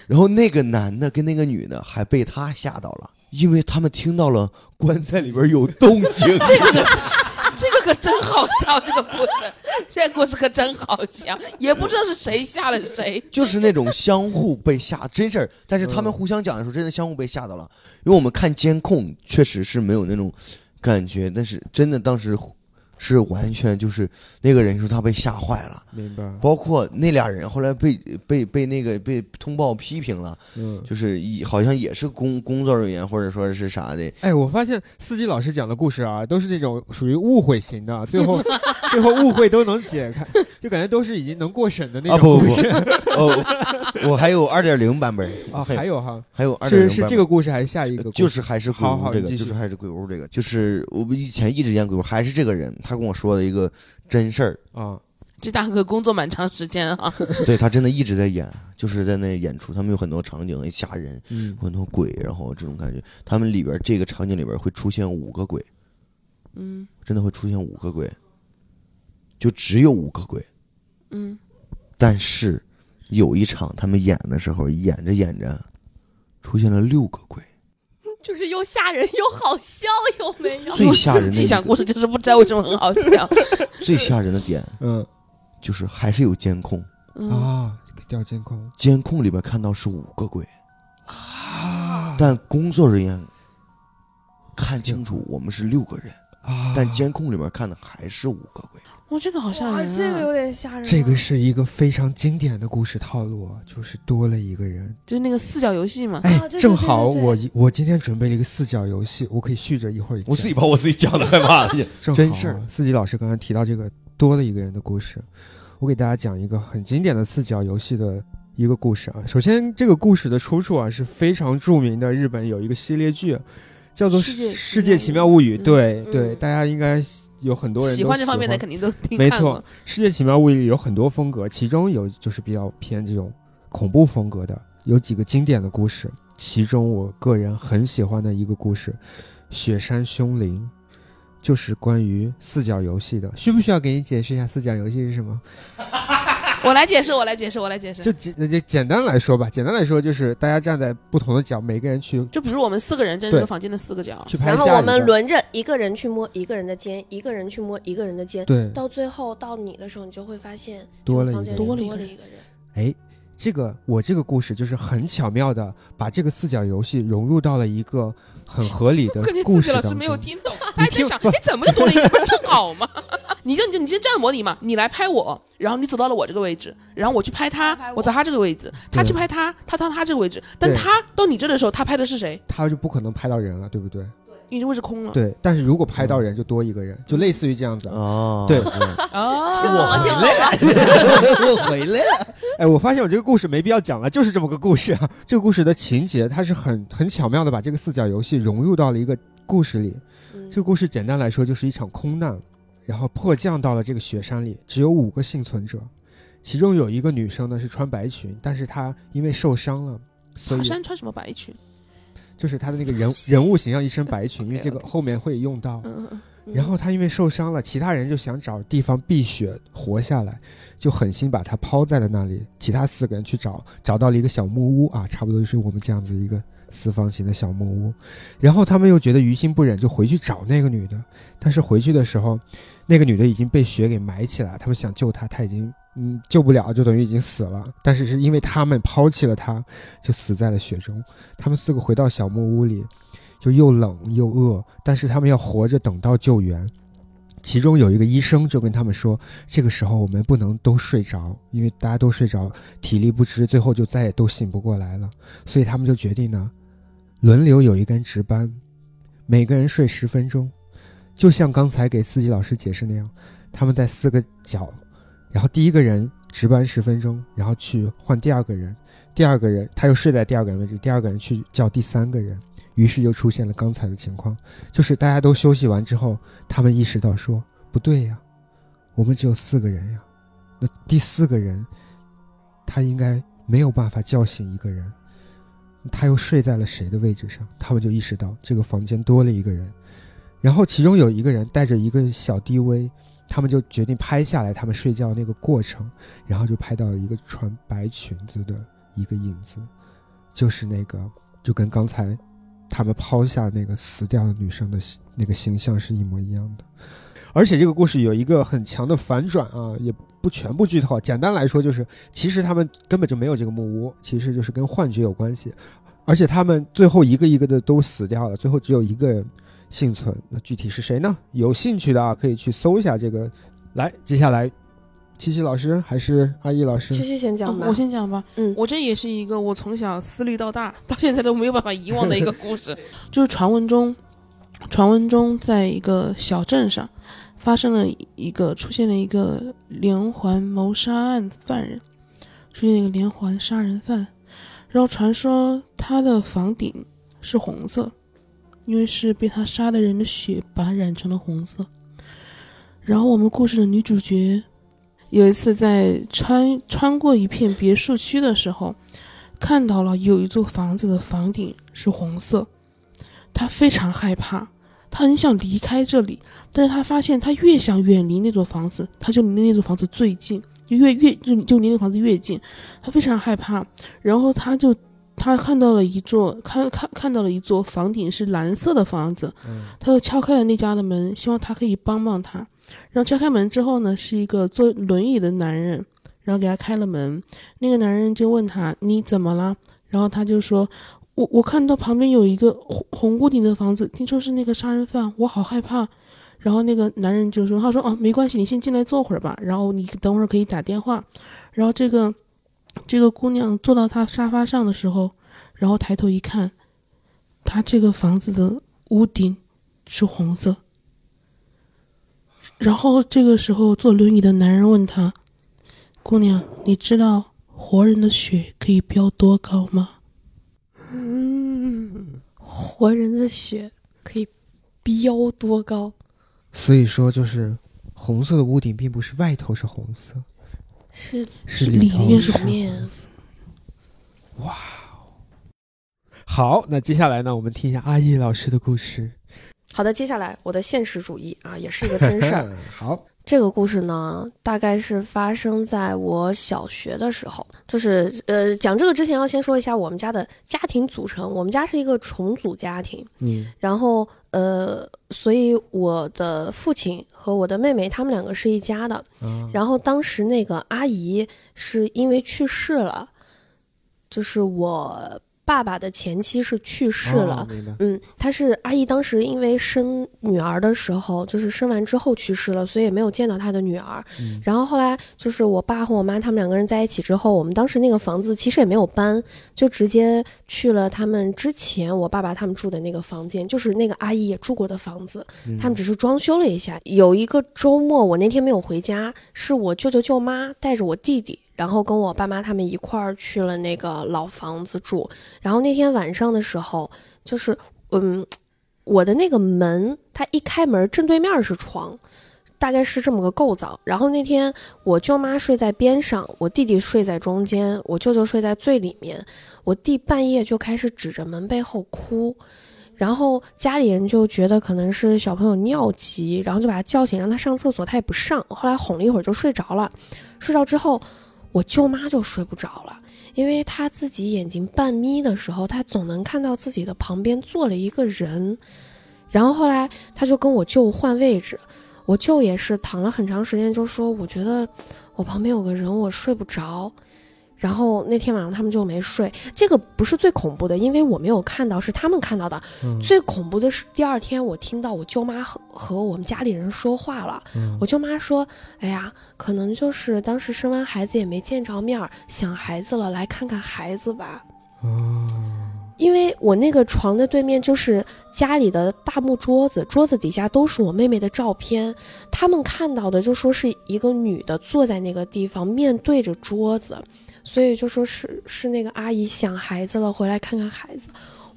S5: 然后那个男的跟那个女的还被他吓到了，因为他们听到了棺材里边有动静。
S7: 这个可这个可真好笑，这个故事，这个故事可真好笑，也不知道是谁吓了谁。
S5: 就是那种相互被吓，真事儿。但是他们互相讲的时候，真的相互被吓到了。因为我们看监控，确实是没有那种感觉，但是真的当时是完全就是那个人说他被吓坏了，
S4: 明白。
S5: 包括那俩人后来被被被那个被通报批评了，
S4: 嗯，
S5: 就是以好像也是工工作人员或者说是啥的，
S4: 哎，我发现司机老师讲的故事啊，都是那种属于误会型 的，最后最后误会都能解开，就感觉都是已经能过审的那
S5: 啊
S4: 种
S5: 不
S4: 故
S5: 不
S4: 事。
S5: 哦，我还有二点零版本
S4: 啊还有哈，
S5: 还有二点零
S4: 是
S5: 版
S4: 是
S5: 本
S4: 这个故事还是下一个故事？
S5: 就是还是鬼
S4: 好好
S5: 屋这个，
S4: 你继
S5: 就
S4: 续
S5: 是还是鬼屋这个，就是我们以前一直演鬼屋，还是这个人，他跟我说的一个真事 儿，
S4: 啊，
S7: 这大哥工作蛮长时间啊，
S5: 对他真的一直在演，就是在那演出，他们有很多场景吓人，
S4: 嗯，
S5: 很多鬼，然后这种感觉，他们里边这个场景里边会出现五个鬼，
S7: 嗯
S5: 真的会出现五个鬼，就只有五个鬼，
S7: 嗯，
S5: 但是有一场他们演的时候，演着演着出现了六个 鬼，
S6: 就是又吓人又好笑，有没有？
S5: 最吓人
S7: 自己
S5: 的
S7: 讲故事就是不知道为什么很好笑。
S5: 最吓人的点
S4: 嗯
S5: 就是还是有监控。
S7: 嗯，
S4: 啊，这个调监控
S5: 监控里面看到是五个鬼，
S4: 啊
S5: 但工作人员看清楚我们是六个人，
S4: 啊
S5: 但监控里面看的还是五个鬼。
S7: 哇，这个好吓
S6: 哇，
S7: 人啊！
S6: 这个有点吓人啊。
S4: 这个是一个非常经典的故事套路啊，就是多了一个人。
S7: 就那个四角游戏嘛，
S4: 哎
S6: 对，对
S4: 正好
S6: 对对
S4: 我一我今天准备了一个四角游戏，我可以续着一会儿讲。
S5: 把我自己讲的害怕了。
S4: 正好
S5: 真事儿
S4: 四级老师刚才提到这个多了一个人的故事，我给大家讲一个很经典的四角游戏的一个故事啊。首先，这个故事的出处啊是非常著名的，日本有一个系列剧叫做《
S7: 世界
S4: 世界奇妙物语》，
S7: 嗯
S4: 对、
S6: 嗯
S4: 对，大家应该有很多人都
S7: 喜欢这方面的
S4: 喜欢
S7: 肯定都听
S4: 没
S7: 看过
S4: 错。，《世界奇妙物语》里有很多风格，其中有就是比较偏这种恐怖风格的，有几个经典的故事。其中我个人很喜欢的一个故事，《雪山凶灵》，就是关于四角游戏的。需不需要给你解释一下四角游戏是什么？
S7: 我来解释，我来解释，我来解释。
S4: 就简就简单来说吧，简单来说就是大家站在不同的角，每个人去
S7: 就比如我们四个人，这是
S4: 对
S7: 房间的四个角，
S4: 去拍
S6: 然后
S4: 下
S6: 我
S4: 一
S6: 们
S4: 个
S6: 轮着一个人去摸一个人的肩，一个人去摸一个人的肩，
S4: 对
S6: 到最后到你的时候，你就会发现
S4: 多
S6: 这
S4: 了
S6: 个房
S4: 一
S6: 间
S4: 个
S6: 里
S7: 多
S6: 多
S7: 了一个
S6: 了
S7: 人
S6: 一个人。
S4: 哎，这个我这个故事就是很巧妙的把这个四角游戏融入到了一个很合理的
S7: 关键
S4: 故
S7: 自
S4: 事
S7: 己
S4: 当
S7: 老
S4: 中。
S7: 师没有听懂，他还在
S4: 听
S7: 想，
S4: 不
S7: 哎，怎么就多了一个？不是正好吗？ 你就你就你就这样模拟嘛，你来拍我，然后你走到了我这个位置，然后我去拍他
S6: 他拍，我
S7: 我到他这个位置，他
S4: 对
S7: 去拍他，他到他这个位置，但
S4: 对
S7: 他到你这的时候，他拍的是谁？
S4: 他就不可能拍到人了，对不对？
S7: 你这位置空了。
S4: 对，但是如果拍到人，就多一个人，就类似于这样子。
S5: 哦，
S4: 对，
S7: 哦，
S6: 挺好玩。
S5: 啊 我回来了。
S4: 哎，我发现我这个故事没必要讲了，就是这么个故事啊。这个故事的情节，它是很很巧妙的把这个四角游戏融入到了一个故事里。
S6: 嗯
S4: 这个故事简单来说就是一场空难，然后迫降到了这个雪山里，只有五个幸存者，其中有一个女生呢是穿白裙，但是她因为受伤了，所以
S7: 爬山穿什么白裙？
S4: 就是她的那个人人物形象一身白裙，因为这个
S7: OK，OK
S4: 后面会用到。
S7: 嗯嗯嗯，
S4: 然后他因为受伤了，其他人就想找地方避雪活下来，就狠心把他抛在了那里。其他四个人去找，找到了一个小木屋啊，差不多就是我们这样子一个四方形的小木屋。然后他们又觉得于心不忍，就回去找那个女的。但是回去的时候，那个女的已经被雪给埋起来了，他们想救她，她已经嗯救不了，就等于已经死了。但是是因为他们抛弃了她，就死在了雪中。他们四个回到小木屋里，就又冷又饿，但是他们要活着等到救援。其中有一个医生就跟他们说，这个时候我们不能都睡着，因为大家都睡着，体力不支，最后就再也都醒不过来了。所以他们就决定呢，轮流有一个人值班，每个人睡十分钟，就像刚才给司机老师解释那样，他们在四个角，然后第一个人值班十分钟，然后去换第二个人，第二个人他又睡在第二个人位置，第二个人去叫第三个人，于是就出现了刚才的情况，就是大家都休息完之后，他们意识到说不对呀，我们只有四个人呀，那第四个人他应该没有办法叫醒一个人，他又睡在了谁的位置上？他们就意识到这个房间多了一个人，然后其中有一个人带着一个小 DV，他们就决定拍下来他们睡觉那个过程，然后就拍到了一个穿白裙子的一个影子，就是那个就跟刚才他们抛下那个死掉的女生的形那个形象是一模一样的。而且这个故事有一个很强的反转啊，也不全部剧透。简单来说，就是其实他们根本就没有这个木屋，其实就是跟幻觉有关系。而且他们最后一个一个的都死掉了，最后只有一个人幸存。那具体是谁呢？有兴趣的啊，可以去搜一下这个。来，接下来，七七老师还是阿易老
S10: 旭
S4: 师？
S10: 旭先讲吧
S7: 哦我。先讲吧，
S10: 嗯
S7: 我这也是一个我从小思虑到大，到现在都没有办法遗忘的一个 故事，就是传闻中，传闻中在一个小镇上发生了一个出现了一个连环谋杀案犯人，出现了一个连环杀人犯，然后传说他的房顶是红色，因为是被他杀的人的血把他染成了红色，然后我们故事的女主角有一次在穿穿过一片别墅区的时候，看到了有一座房子的房顶是红色，她非常害怕，她很想离开这里，但是她发现她越想远离那座房子，她就离那座房子最近，就越越就就离那房子越近，她非常害怕，然后她就。她看到了一座看看看到了一座房顶是蓝色的房子，她又敲开了那家的门，希望他可以帮帮她。然后敲开门之后呢，是一个坐轮椅的男人，然后给他开了门。那个男人就问他：“你怎么了？”然后他就说：“我我看到旁边有一个红红屋顶的房子，听说是那个杀人犯，我好害怕。”然后那个男人就说：“他说哦，没关系，你先进来坐会儿吧，然后你等会儿可以打电话。”然后这个这个姑娘坐到他沙发上的时候，然后抬头一看，他这个房子的屋顶是红色。然后这个时候，坐轮椅的男人问她：“姑娘，你知道活人的血可以飙多高吗
S6: 活人的血可以飙多高？
S4: 所以说，就是红色的屋顶并不是外头是红色，
S6: 是
S4: 是
S7: 是
S4: 里
S7: 里
S4: 头
S7: 面
S4: 是
S7: 是
S4: 红
S6: 面
S4: 色。好，那接下来呢，我们听一下阿易老师的故事。
S10: 好的，接下来我的现实主义啊，也是一个真事儿。
S4: 好，
S6: 这个故事呢，大概是发生在我小学的时候。就是呃，讲这个之前要先说一下我们家的家庭组成。我们家是一个重组家庭，
S4: 嗯，
S6: 然后呃，所以我的父亲和我的妹妹他们两个是一家的。
S4: 啊
S6: 然后当时那个阿姨是因为去世了，就是我爸爸的前妻是去世了，
S4: 哦明白
S6: 嗯，她是阿姨，当时因为生女儿的时候，就是生完之后去世了，所以也没有见到她的女儿。
S4: 嗯
S6: 然后后来就是我爸和我妈他们两个人在一起之后，我们当时那个房子其实也没有搬，就直接去了他们之前我爸爸他们住的那个房间，就是那个阿姨也住过的房子。他们只是装修了一下。有一个周末，我那天没有回家，是我舅舅舅妈带着我弟弟，然后跟我爸妈他们一块儿去了那个老房子住。然后那天晚上的时候，就是嗯，我的那个门，它一开门正对面是床。大概是这么个构造。然后那天我舅妈睡在边上，我弟弟睡在中间，我舅舅睡在最里面。我弟半夜就开始指着门背后哭，然后家里人就觉得可能是小朋友尿急，然后就把他叫醒，让他上厕所，他也不上。后来哄了一会儿就睡着了，睡着之后，我舅妈就睡不着了，因为她自己眼睛半眯的时候，她总能看到自己的旁边坐了一个人。然后后来她就跟我舅换位置，我舅也是躺了很长时间，就说我觉得我旁边有个人，我睡不着。然后那天晚上他们就没睡，这个不是最恐怖的，因为我没有看到，是他们看到的。
S4: 嗯
S6: 最恐怖的是第二天，我听到我舅妈和和我们家里人说话了。
S4: 嗯
S6: 我舅妈说：“哎呀，可能就是当时生完孩子也没见着面儿，想孩子了，来看看孩子吧。”
S10: 啊
S4: 哦，
S6: 因为我那个床的对面就是家里的大木桌子，桌子底下都是我妹妹的照片。他们看到的就说是一个女的坐在那个地方，面对着桌子，所以就说是是那个阿姨想孩子了，回来看看孩子。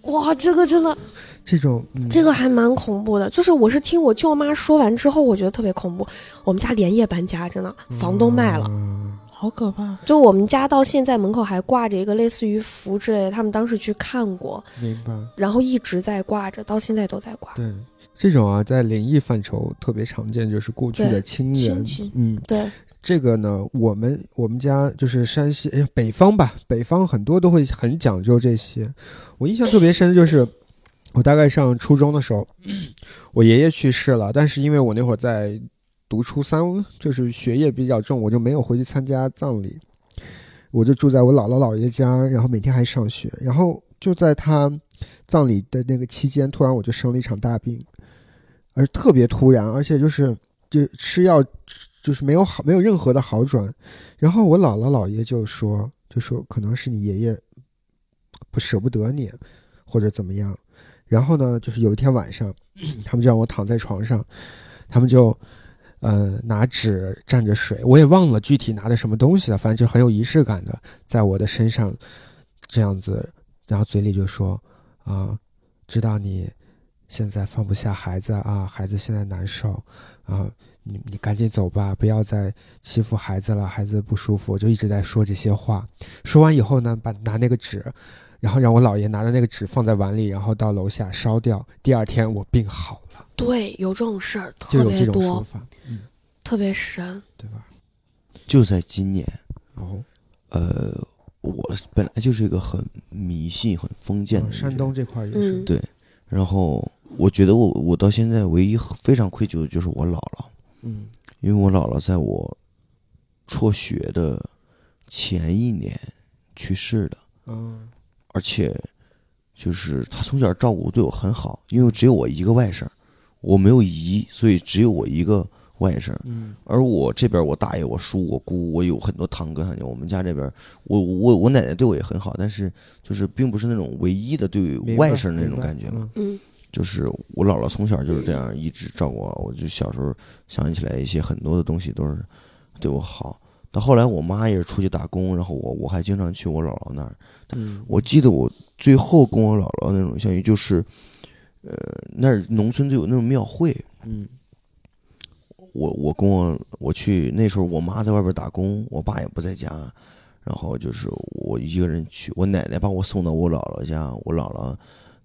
S6: 哇，这个真的，
S4: 这种嗯
S6: 这个还蛮恐怖的。就是我是听我舅妈说完之后，我觉得特别恐怖。我们家连夜搬家，真的，房东卖了。
S4: 嗯？”
S7: 啊好可怕！
S6: 就我们家到现在门口还挂着一个类似于符之类的，他们当时去看过，
S4: 明白。
S6: 然后一直在挂着，到现在都在挂。
S4: 对，这种啊，在灵异范畴特别常见，就是过去的
S6: 对
S4: 亲
S7: 亲
S4: 人
S7: 戚。
S4: 嗯，
S6: 对，
S4: 这个呢，我们我们家就是山西，哎呀，北方吧，北方很多都会很讲究这些。我印象特别深，就是我大概上初中的时候， 我爷爷去世了，但是因为我那会儿在读初三，就是学业比较重，我就没有回去参加葬礼，我就住在我姥姥姥爷家，然后每天还上学，然后就在他葬礼的那个期间，突然我就生了一场大病，而特别突然，而且就是就吃药就是没有好，没有任何的好转。然后我姥姥姥爷就说，就说可能是你爷爷不舍不得你，或者怎么样。然后呢，就是有一天晚上， 他们就让我躺在床上，他们就呃拿纸蘸着水，我也忘了具体拿的什么东西了，反正就呃很有仪式感的，在我的身上这样子，然后嘴里就说啊、知道你现在放不下孩子啊，孩子现在难受啊、你你赶紧走吧，不要再欺负孩子了，孩子不舒服，我就一直在说这些话。说完以后呢，把拿那个纸，然后让我姥爷拿着那个纸放在碗里，然后到楼下烧掉。第二天我病好了，
S6: 对，有这种事儿
S4: 就
S6: 特
S4: 有这
S6: 别
S4: 种说
S6: 多，
S4: 法，
S6: 特别神。
S4: 对吧？
S5: 就在今年，
S4: 哦，
S5: 呃，我本来就是一个很迷信、很封建的人、
S4: 哦山东这块也是，
S6: 嗯，
S5: 对然后我觉得我我到现在唯一非常愧疚的就是我姥姥，
S4: 嗯
S5: 因为我姥姥在我辍学的前一年去世的，
S4: 嗯
S5: 而且就是她从小照顾对我很好，因为只有我一个外甥，我没有姨，所以只有我一个外甥。
S4: 嗯
S5: 而我这边，我大爷、我叔、我姑，我有很多堂哥堂姐。我们家这边，我我我奶奶对我也很好，但是就是并不是那种唯一的对
S4: 明白
S5: 外甥那种感觉嘛。
S4: 明白
S6: 嗯，
S5: 就是我姥姥从小就是这样一直照顾我，我就小时候想起来一些很多的东西都是对我好。到后来我妈也是出去打工，然后我我还经常去我姥姥那儿。
S4: 嗯
S5: 我记得我最后跟我姥姥那种相遇就是，呃，那儿农村就有那种庙会，
S4: 嗯
S5: 我我跟我我去那时候我妈在外边打工，我爸也不在家，然后就是我一个人去，我奶奶把我送到我姥姥家，我姥姥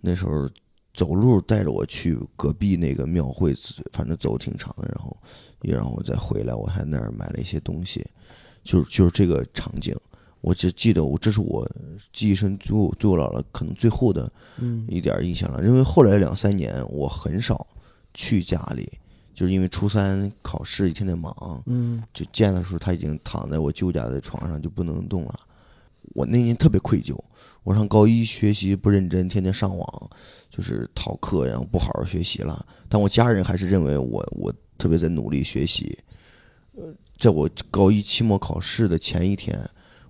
S5: 那时候走路带着我去隔壁那个庙会，反正走挺长的，然后也让我再回来，我还那儿买了一些东西，就是就是这个场景，我只记得我这是我记忆深最后对我姥姥可能最后的
S4: 嗯
S5: 一点儿印象了，因为后来两三年我很少去家里，就是因为初三考试一天天忙，
S4: 嗯
S5: 就见的时候他已经躺在我舅家的床上就不能动了。我那年特别愧疚，我上高一学习不认真，天天上网，就是逃课，然后不好好学习了。但我家人还是认为我我特别在努力学习。呃，在我高一期末考试的前一天，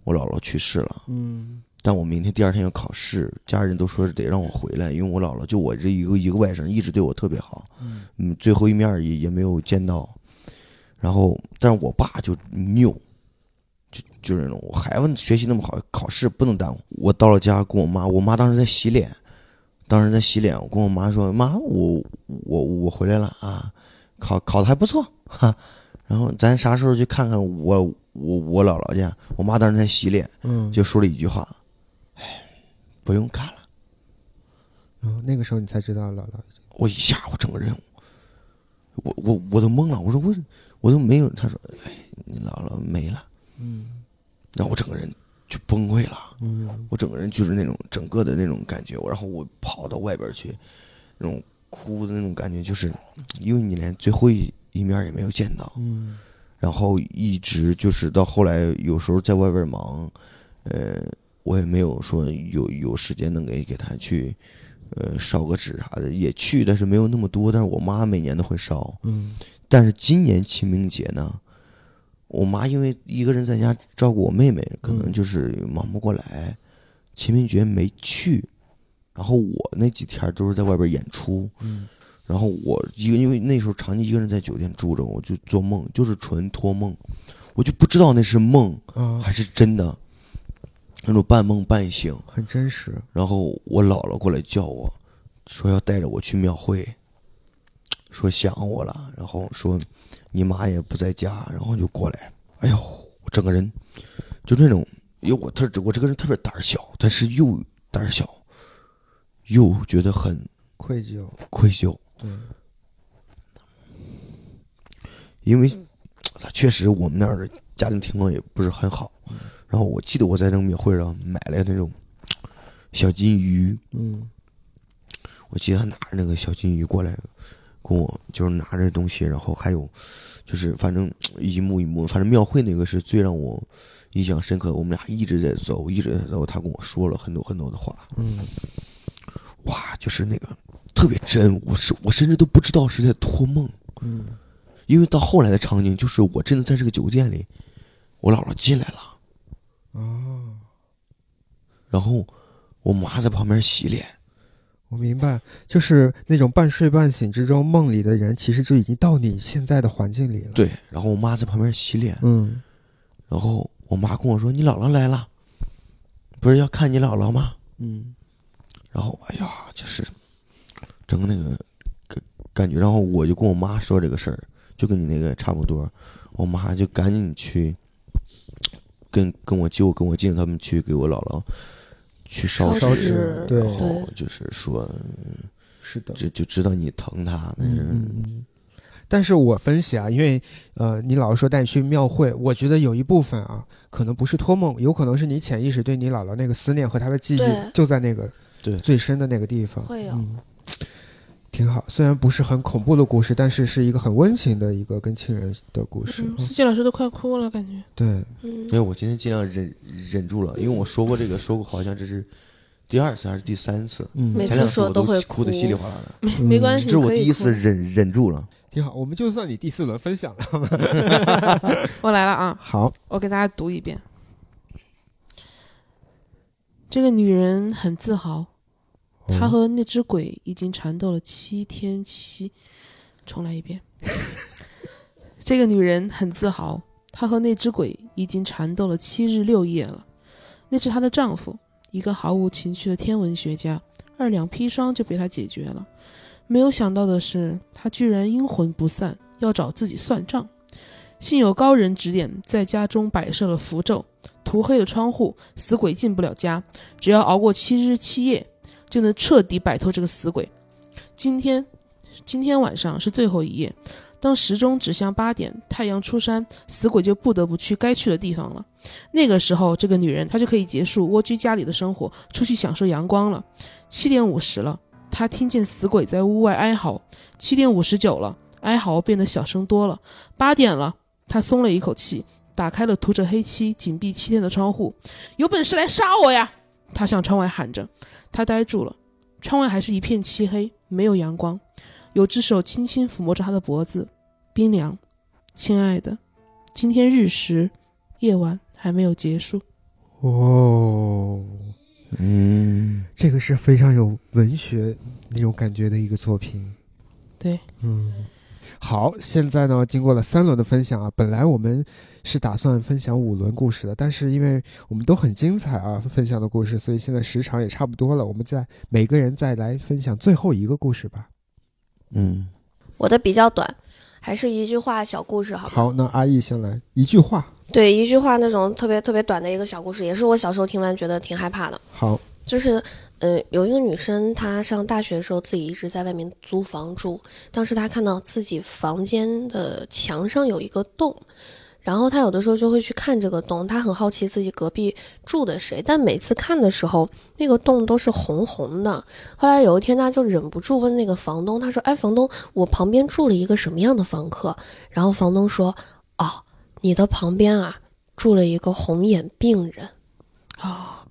S5: 我姥姥去世了。
S4: 嗯
S5: 但我明天第二天要考试，家人都说是得让我回来，因为我姥姥就我这一个一个外甥一直对我特别好，
S4: 嗯
S5: 嗯，最后一面也也没有见到。然后，但是我爸就拗，就就是那种我孩子学习那么好，考试不能耽误。我到了家跟我妈，我妈当时在洗脸，当时在洗脸，我跟我妈说：“妈，我我我回来了啊，考考的还不错哈。”然后咱啥时候去看看我我我姥姥去？啊我妈当时在洗脸。
S4: 嗯，
S5: 就说了一句话：“哎，不用看了。
S4: 然后哦那个时候你才知道姥姥，”
S5: 我一下我整个人，我我我都懵了，我说我我都没有。他说：“哎，你姥姥没了。”
S4: 嗯
S5: 然后我整个人就崩溃了，
S4: 嗯
S5: 我整个人就是那种整个的那种感觉，然后我跑到外边去，那种哭的那种感觉，就是因为你连最后一一面也没有见到，
S4: 嗯
S5: 然后一直就是到后来，有时候在外边忙，呃，我也没有说有有时间能给给他去，呃，烧个纸啥的，也去，但是没有那么多。但是我妈每年都会烧，
S4: 嗯
S5: 但是今年清明节呢，我妈因为一个人在家照顾我妹妹，可能
S4: 嗯
S5: 就是忙不过来，清明节没去。然后我那几天都是在外边演出，
S4: 嗯
S5: 然后我一个因为那时候长期一个人在酒店住着，我就做梦，就是纯托梦，我就不知道那是梦
S4: 啊
S5: 还，是真的，那种半梦半醒。
S4: 很真实，
S5: 然后我姥姥过来叫我，说要带着我去庙会，说想我了，然后说你妈也不在家，然后就过来。哎呦，我整个人就那种，因为我特我这个人特别胆儿小，但是又胆儿小，又觉得很
S4: 愧疚，
S5: 愧疚，
S4: 对，
S5: 因为他确实我们那儿的家庭情况也不是很好。然后我记得我在那个庙会上买了那种小金鱼，
S4: 嗯
S5: 我记得他拿着那个小金鱼过来，跟我就是拿着东西，然后还有就是反正一幕一幕，反正庙会那个是最让我印象深刻的。我们俩一直在走，一直在走，他跟我说了很多很多的话，
S4: 嗯，
S5: 哇，就是那个特别真，我是我甚至都不知道是在托梦，
S4: 嗯，
S5: 因为到后来的场景就是我真的在这个酒店里，我姥姥进来了，
S4: 哦，
S5: 然后我妈在旁边洗脸，
S4: 我明白，就是那种半睡半醒之中梦里的人，其实就已经到你现在的环境里了。，
S5: 对，然后我妈在旁边洗脸，
S4: 嗯
S5: 然后我妈跟我说：“你姥姥来了，不是要看你姥姥吗
S4: 嗯？”
S5: 然后哎呀，就是整个那个感感觉，然后我就跟我妈说这个事儿，就跟你那个差不多。我妈就赶紧去跟跟我舅、跟我舅他们去给我姥姥去烧
S3: 烧
S5: 纸，
S3: 纸
S4: 对
S5: 然后就是说
S4: 是的，
S5: 就就知道你疼她，但
S4: 嗯
S5: 是
S4: 嗯嗯。但是我分析啊，因为呃，你姥姥说带你去庙会，我觉得有一部分啊，可能不是托梦，有可能是你潜意识对你姥姥那个思念和她的记忆
S3: 对
S4: 就在那个
S5: 对
S4: 最深的那个地方。
S3: 会有
S4: 嗯，挺好。虽然不是很恐怖的故事，但是是一个很温情的一个跟亲人的故事。
S7: 嗯，
S4: 嗯
S7: 思琪老师都快哭了，感觉。
S4: 对，
S3: 嗯
S5: 因为我今天尽量忍忍住了，因为我说过这个，说过好像这是第二次还是第三次。
S4: 嗯
S3: 没每
S5: 前
S3: 错次
S5: 两次
S3: 说
S5: 我
S3: 都会
S5: 哭的
S3: 哭
S5: 稀里哗啦的，
S7: 没关
S5: 这
S7: 系，
S5: 是我
S7: 可以
S5: 第一次
S7: 哭。
S5: 忍忍住了。
S4: 挺好。我们就算你第四轮分享了。
S7: 我来了啊，
S4: 好，
S7: 我给大家读一遍。这个女人很自豪，
S4: 嗯
S7: 她和那只鬼已经缠斗了七天七。重来一遍。 这个女人很自豪，她和那只鬼已经缠斗了七日六夜了。那是她的丈夫，一个毫无情趣的天文学家，二两砒霜就被她解决了。没有想到的是，她居然阴魂不散，要找自己算账。幸有高人指点，在家中摆设了符咒，涂黑了窗户，死鬼进不了家。只要熬过七日七夜，就能彻底摆脱这个死鬼。今天，今天晚上是最后一夜。当时钟指向八点，太阳出山，死鬼就不得不去该去的地方了。那个时候，这个女人她就可以结束蜗居家里的生活，出去享受阳光了。七点五十了，她听见死鬼在屋外哀嚎。七点五十九了，哀嚎变得小声多了。八点了，他松了一口气，打开了涂着黑漆、紧闭七天的窗户。有本事来杀我呀！他向窗外喊着。他呆住了，窗外还是一片漆黑，没有阳光。有只手轻轻抚摸着他的脖子，冰凉。亲爱的，今天日食，夜晚还没有结束。
S4: 哦，
S5: 嗯，
S4: 这个是非常有文学那种感觉的一个作品。
S7: 对，
S4: 嗯，好，现在呢，经过了三轮的分享啊，本来我们是打算分享五轮故事的，但是因为我们都很精彩啊，分享的故事，所以现在时长也差不多了，我们再每个人再来分享最后一个故事吧。
S5: 嗯，
S3: 我的比较短，还是一句话小故事好吗？
S4: 好，那阿义先来一句话。
S3: 对，一句话那种特别特别短的一个小故事，也是我小时候听完觉得挺害怕的。
S4: 好，
S3: 就是，呃，有一个女生，她上大学的时候自己一直在外面租房住。当时她看到自己房间的墙上有一个洞，然后她有的时候就会去看这个洞，她很好奇自己隔壁住的谁，但每次看的时候，那个洞都是红红的。后来有一天，她就忍不住问那个房东，她说：“哎，房东，我旁边住了一个什么样的房客？”然后房东说：“哦，你的旁边啊，住了一个红眼病人。”
S7: 啊、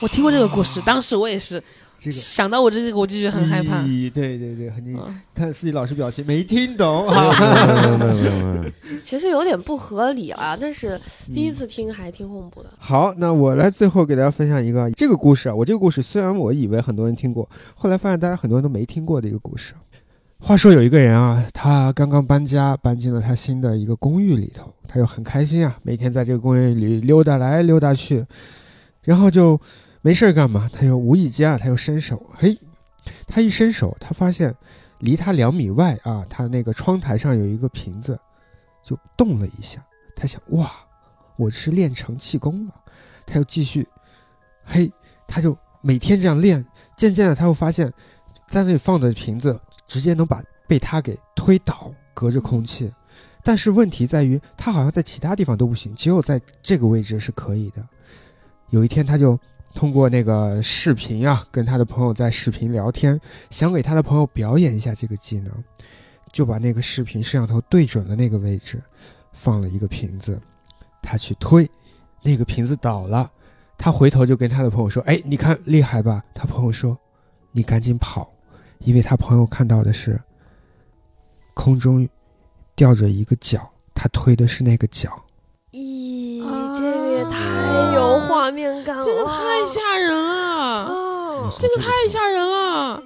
S7: 我听过这个故事，当时我也是、
S4: 这
S7: 想到我这个，我就觉得 很害
S5: 嗯
S7: 怕。
S4: 咦对对对，你
S7: 嗯
S4: 看四季老师表情没听懂啊。
S5: 没有没有没有没有，
S6: 其实有点不合理啊，但是
S3: 第一次听还挺恐怖的。
S4: 好，那我来最后给大家分享一个这个故事啊。我这个故事虽然我以为很多人听过，后来发现大家很多人都没听过的一个故事。话说有一个人啊，他刚刚搬家，搬进了他新的一个公寓里头，他就很开心啊，每天在这个公寓里溜达来溜达去，然后就没事儿干嘛，他又无意间啊，他又伸手，嘿，他一伸手，他发现离他两米外啊，他那个窗台上有一个瓶子，就动了一下，他想哇，我是练成气功了。”他又继续，嘿，他就每天这样练，渐渐的他又发现，在那里放着瓶子，直接能把被他给推倒，隔着空气。但是问题在于，他好像在其他地方都不行，只有在这个位置是可以的。有一天，他就通过那个视频啊，跟他的朋友在视频聊天，想给他的朋友表演一下这个技能，就把那个视频摄像头对准了那个位置，放了一个瓶子，他去推，那个瓶子倒了，他回头就跟他的朋友说：“哎，你看厉害吧？”他朋友说：“你赶紧跑，因为他朋友看到的是空中吊着一个脚，他推的是那个脚。”
S6: 咦
S7: 啊，
S6: 这个也太有画面感了，
S7: 这个太吓人了，
S6: 啊！
S7: 这个太吓人了，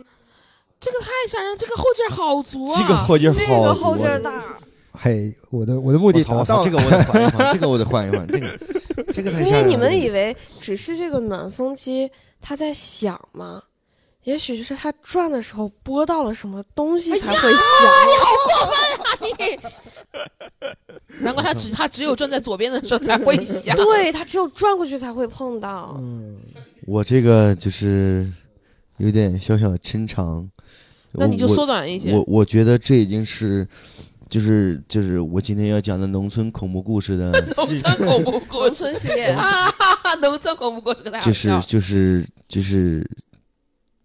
S7: 这个太吓人了，这个后劲儿好足啊！
S5: 这个后劲儿
S6: 这
S5: 好足啊，
S6: 个后劲儿大，
S4: 嘿，我的我的目
S5: 我
S4: 的
S5: 操！我
S4: 达
S5: 操
S4: 到
S5: 这
S4: 了。
S5: 个我得缓一缓，这个我得缓一缓，这个这个太吓
S6: 所
S5: 人了
S6: 以你们以为只是这个暖风机它在响吗？也许是它转的时候拨到了什么东西才会响。
S7: 难怪他只他只有转在左边的时候才会 响。
S6: 对，它只有转过去才会碰到。
S4: 嗯，
S5: 我这个就是有点小小的抻长，
S7: 那你就
S5: 我
S7: 缩短一些
S5: 我。我觉得这已经是，就是就是我今天要讲的农村恐怖故事的，
S7: 农村恐怖故
S6: 农
S7: 事
S6: 村系列，
S7: 啊， 农村恐怖故事可太好
S5: 就是
S7: 笑了。
S5: 就是就是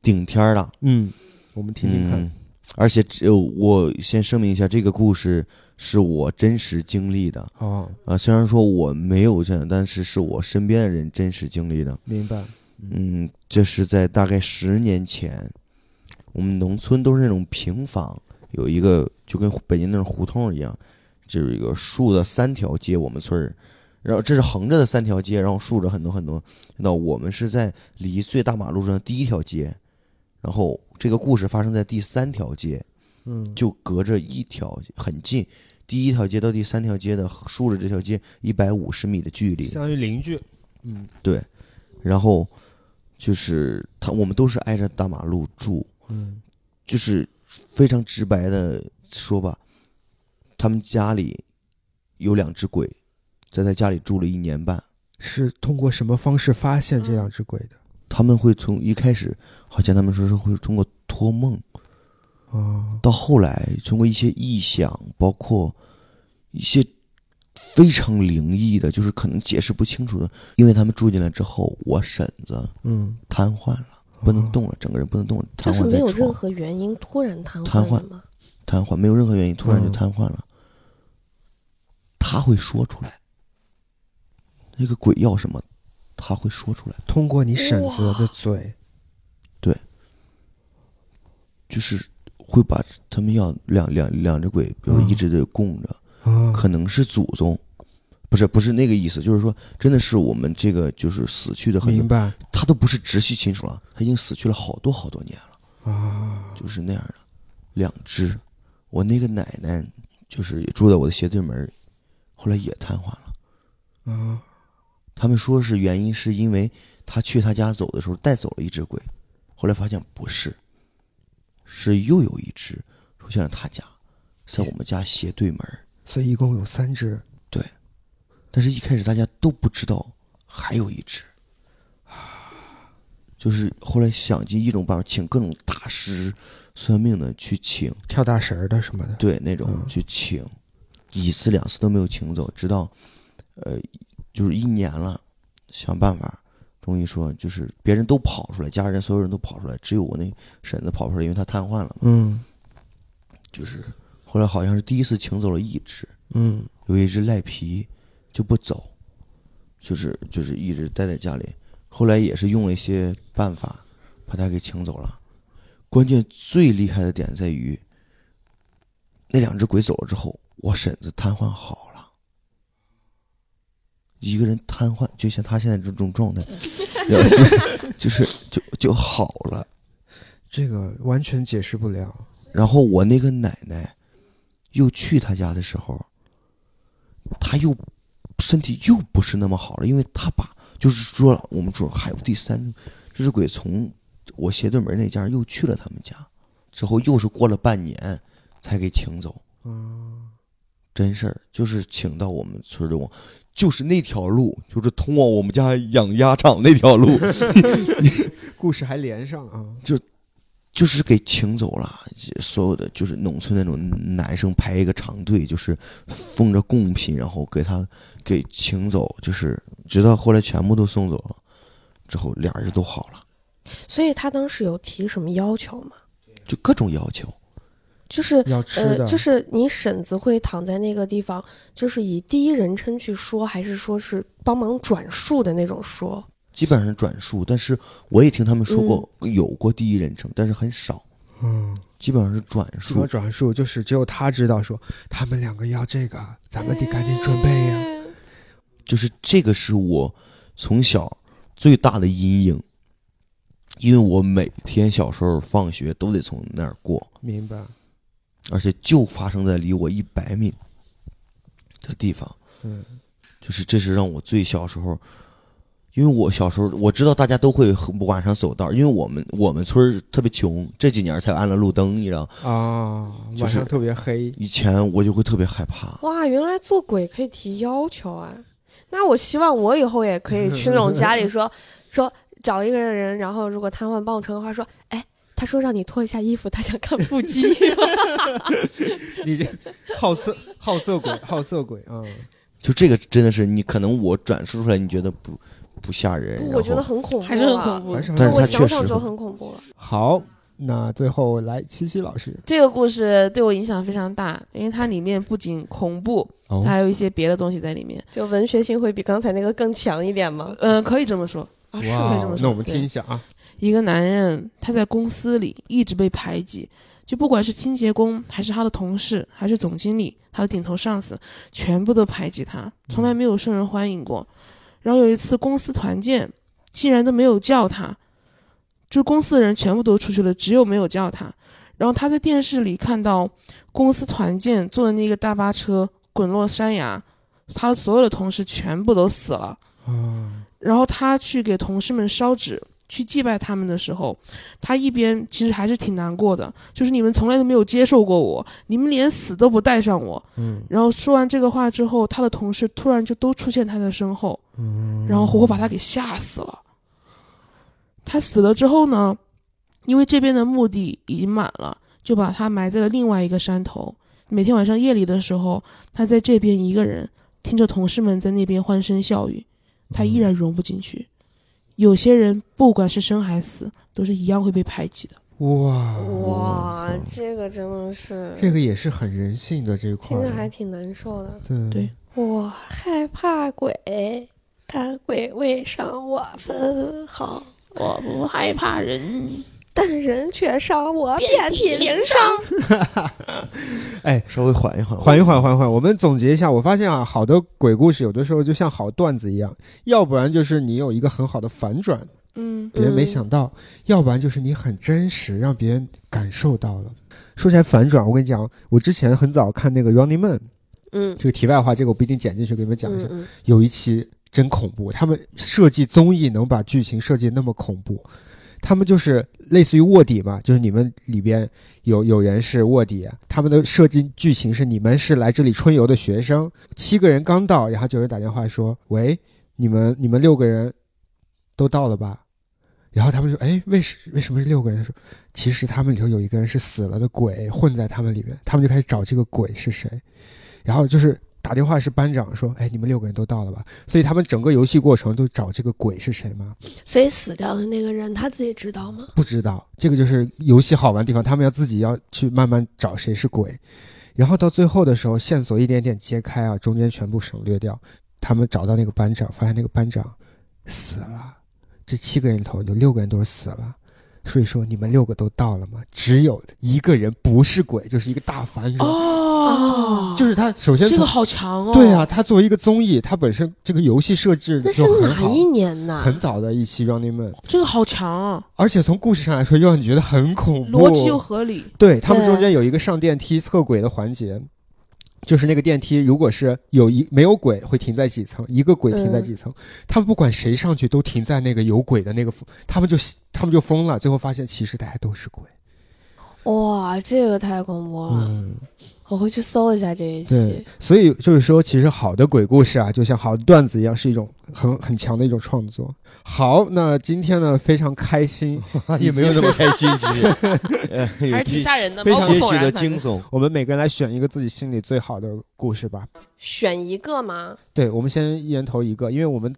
S5: 顶天儿了。
S4: 嗯，我们听听看。
S5: 嗯，而且只有我先声明一下，这个故事是我真实经历的
S4: 哦，
S5: 啊。虽然说我没有这样，但是是我身边的人真实经历的。
S4: 明白。
S5: 嗯，这是在大概十年前，我们农村都是那种平房，有一个就跟北京那种胡同一样，这有一个竖的三条街，我们村儿，然后这是横着的三条街，然后竖着很多很多。那我们是在离最大马路上的第一条街，然后这个故事发生在第三条街，
S4: 嗯，
S5: 就隔着一条很近，第一条街到第三条街的竖着这条街一百五十米的距离，
S4: 相当于邻居。嗯，
S5: 然后就是他，我们都是挨着大马路住，
S4: 嗯，
S5: 就是非常直白的说吧，他们家里有两只鬼，在他家里住了一年半，
S4: 是通过什么方式发现这两只鬼的？
S5: 他们会从一开始，好像他们说是会通过托梦，
S4: 哦，
S5: 到后来通过一些臆想，包括一些非常灵异的，就是可能解释不清楚的，因为他们住进来之后，我婶子
S4: 嗯，
S5: 瘫痪了。不能
S4: 哦
S5: 动了，整个人不能动了，
S6: 就
S5: 瘫
S6: 是
S5: 痪
S6: 没
S5: 在
S6: 有
S5: 床
S6: 任。何原因突然瘫
S5: 瘫
S6: 痪
S5: 痪
S6: 了吗？
S5: 瘫痪，没有任何原因，突然就
S4: 嗯
S5: 瘫痪了。他会说出来，那个鬼要什么，他会说出来。
S4: 通过你婶子的嘴。
S5: 就是会把他们要两两两只鬼，比如
S4: 嗯
S5: 一直的供着，
S4: 啊，
S5: 可能是祖宗，不是不是那个意思，就是说真的是我们这个就是死去的很
S4: 明
S5: 多，
S4: 白
S5: 他都不是直系亲属了，他已经死去了好多好多年了，
S4: 啊。
S5: 就是那样的两只。我那个奶奶就是也住在我的斜对门儿，后来也瘫痪了。
S4: 啊，
S5: 他们说是原因是因为他去他家走的时候带走了一只鬼，后来发现不是，是又有一只出现在他家，在我们家斜对门儿。
S4: 所以一共有三只。
S5: 但是一开始大家都不知道还有一只，就是后来想尽一种办法，请各种大师算命的去请，
S4: 跳大神儿的什么的，
S5: 对那种
S4: 嗯
S5: 去请，一次两次都没有请走，直到，呃，就是一年了，想办法，终于说就是别人都跑出来，家人所有人都跑出来，只有我那婶子跑出来，因为她瘫痪了嘛。
S4: 嗯
S5: 就是后来好像是第一次请走了一只，
S4: 嗯
S5: 有一只赖皮就不走，就是就是一直待在家里。后来也是用了一些办法把它给请走了。关键最厉害的点在于，那两只鬼走了之后，我婶子瘫痪好了，一个人瘫痪，就像她现在这种状态， 然后就是就是就就好了。
S4: 这个完全解释不了。
S5: 然后我那个奶奶又去她家的时候，她又身体又不是那么好了，因为她把就是说了，我们说还有第三这只鬼从我斜对门那家又去了他们家，之后又是过了半年才给请走。
S4: 嗯，
S5: 真事儿，就是请到我们村中，就是那条路，就是通往我们家养鸭场那条路，
S4: 故事还连上啊，
S5: 就是给请走了。所有的就是农村那种男生排一个长队，就是奉着贡品，然后给他给请走，就是直到后来全部都送走了，之后俩人都好了，
S6: 所以他当时有提什么要求吗？
S5: 就各种要求。
S6: 就是
S4: 要吃
S6: 呃
S4: 的，，
S6: 就是你婶子会躺在那个地方，就是以第一人称去说，还是说是帮忙转述的那种说？
S5: 基本上转述，但是我也听他们说过、有过第一人称，但是很少，
S4: 嗯，
S5: 基本上是转
S4: 什么
S5: 述。
S4: 转述就是只有他知道说他们两个要这个，咱们得赶紧准备呀。
S6: 嗯
S5: 就是这个是我从小最大的阴影，因为我每天小时候放学都得从那儿过，
S4: 明白，
S5: 而且就发生在离我一百米的地方。
S4: 嗯，
S5: 就是这是让我最小时候，因为我小时候我知道大家都会晚上走道，因为我们我们村儿特别穷，这几年才安了路灯，你知道，
S4: 啊，
S5: 就
S4: 晚
S5: 是
S4: 上特别黑，
S5: 以前我就会特别害怕。
S6: 哇，原来做鬼可以提要求啊！那我希望我以后也可以去那种家里说说找一个人，然后如果瘫痪帮我传个话，说哎，他说让你脱一下衣服，他想看腹肌。
S4: 你这好色好色鬼，好色鬼啊！
S5: 就这个真的是你，可能我转述出来你觉得不不吓人，
S6: 不
S5: 然
S6: 我觉
S5: 后
S6: 得很恐怖、啊，
S7: 还是很恐怖
S4: 还。是
S5: 但是
S6: 我
S5: 他
S6: 想
S5: 确实
S6: 想就
S5: 会
S6: 很恐怖了。
S4: 好。那最后来七七老师，
S7: 这个故事对我影响非常大，因为它里面不仅恐怖，
S4: 哦
S7: 它还有一些别的东西在里面。
S6: 就文学性会比刚才那个更强一点吗？
S7: 嗯、可以这么说。
S6: 啊，
S7: 是可以这么说
S4: 那我们
S7: 对
S4: 听一下啊，
S7: 一个男人他在公司里一直被排挤，就不管是清洁工，还是他的同事，还是总经理，他的顶头上司，全部都排挤他，从来没有受人欢迎过。然后有一次公司团建，竟然都没有叫他，就公司的人全部都出去了，只有没有叫他。然后他在电视里看到公司团建坐的那个大巴车滚落山崖，他所有的同事全部都死了。
S4: 啊，
S7: 然后他去给同事们烧纸，去祭拜他们的时候，他一边其实还是挺难过的，就是你们从来都没有接受过我，你们连死都不带上我。
S4: 嗯
S7: 然后说完这个话之后，他的同事突然就都出现他的身后，
S4: 嗯，
S7: 然后活活把他给吓死了。他死了之后呢，因为这边的墓地已经满了，就把他埋在了另外一个山头。每天晚上夜里的时候，他在这边一个人听着同事们在那边欢声笑语，
S4: 嗯
S7: 他依然融不进去。有些人不管是生还死，都是一样会被排挤的。
S4: 哇
S6: 哇，这个真的是，
S4: 嗯这个也是很人性的这一块
S6: 听
S4: 儿，
S6: 着还挺难受的。
S4: 对
S7: 对
S6: 我害怕鬼，但鬼未伤我分毫，
S7: 我不害怕人，
S6: 但人却伤我遍体鳞伤。
S5: 稍微缓一缓，
S4: 缓一缓，缓一缓。我们总结一下，我发现啊，好的鬼故事有的时候就像好段子一样，要不然就是你有一个很好的反转，
S7: 嗯，
S4: 别人没想到；要不然就是你很真实，让别人感受到了。说起来反转，我跟你讲，我之前很早看那个《Running Man》，
S6: 嗯，
S4: 这个题外话，这个我不一定剪进去，给你们讲一下。
S6: 嗯嗯
S4: 有一期真恐怖，他们设计综艺能把剧情设计那么恐怖，他们就是类似于卧底嘛，就是你们里边有有人是卧底，他们的设计剧情是你们是来这里春游的学生，七个人刚到，然后就有人打电话说：“喂，你们你们六个人都到了吧？”然后他们说：“哎，为什为什么是六个人？”他说：“其实他们里头有一个人是死了的鬼，混在他们里面。”他们就开始找这个鬼是谁，然后就是打电话是班长说：“哎，你们六个人都到了吧？”所以他们整个游戏过程都找这个鬼是谁嘛，
S3: 所以死掉的那个人他自己知道吗？
S4: 不知道。这个就是游戏好玩的地方，他们要自己要去慢慢找谁是鬼，然后到最后的时候线索一点点揭开啊，中间全部省略掉。他们找到那个班长，发现那个班长死了，这七个人里头有六个人都是死了。所以说你们六个都到了吗？只有一个人不是鬼，就是一个大凡人。
S7: 哦，
S4: 就是他首先
S7: 这
S4: 从
S7: 个好强哦。
S4: 对啊，，它作为一个综艺，它本身这个游戏设置
S3: 那
S4: 就是很
S3: 哪
S4: 好，
S3: 一年
S6: 啊
S3: 呐？
S4: 很早的一期 Running Man，
S7: 这个好强啊，
S4: 而且从故事上来说，又让你觉得很恐怖，
S7: 逻辑又合理。
S4: 对他们
S3: 对
S4: 中间有一个上电梯测轨的环节，就是那个电梯如果是有一没有轨会停在几层，一个轨停在几层，他们不管谁上去都停在那个有轨的那个，他们就他们就疯了，最后发现其实大家都是鬼。
S3: 哇，这个太恐怖了，
S4: 嗯，
S3: 我会去搜一下这一
S4: 对
S3: 期。，
S4: 所以就是说，其实好的鬼故事啊，就像好的段子一样，是一种很很强的一种创作。好，那今天呢，非常开
S7: 嗯
S4: 心，
S5: 也没有那么开心，其实呃 有
S7: 还是挺
S5: 些
S7: 吓人的，
S4: 非
S7: 毛
S4: 常
S7: 骨
S5: 些
S7: 悚
S5: 许
S7: 然
S5: 的
S7: 反
S5: 惊
S7: 正。
S5: 悚。
S4: 我们每个人来选一个自己心里最好的故事吧。
S6: 选一个吗？
S4: 对，我们先一人投一个，因为我们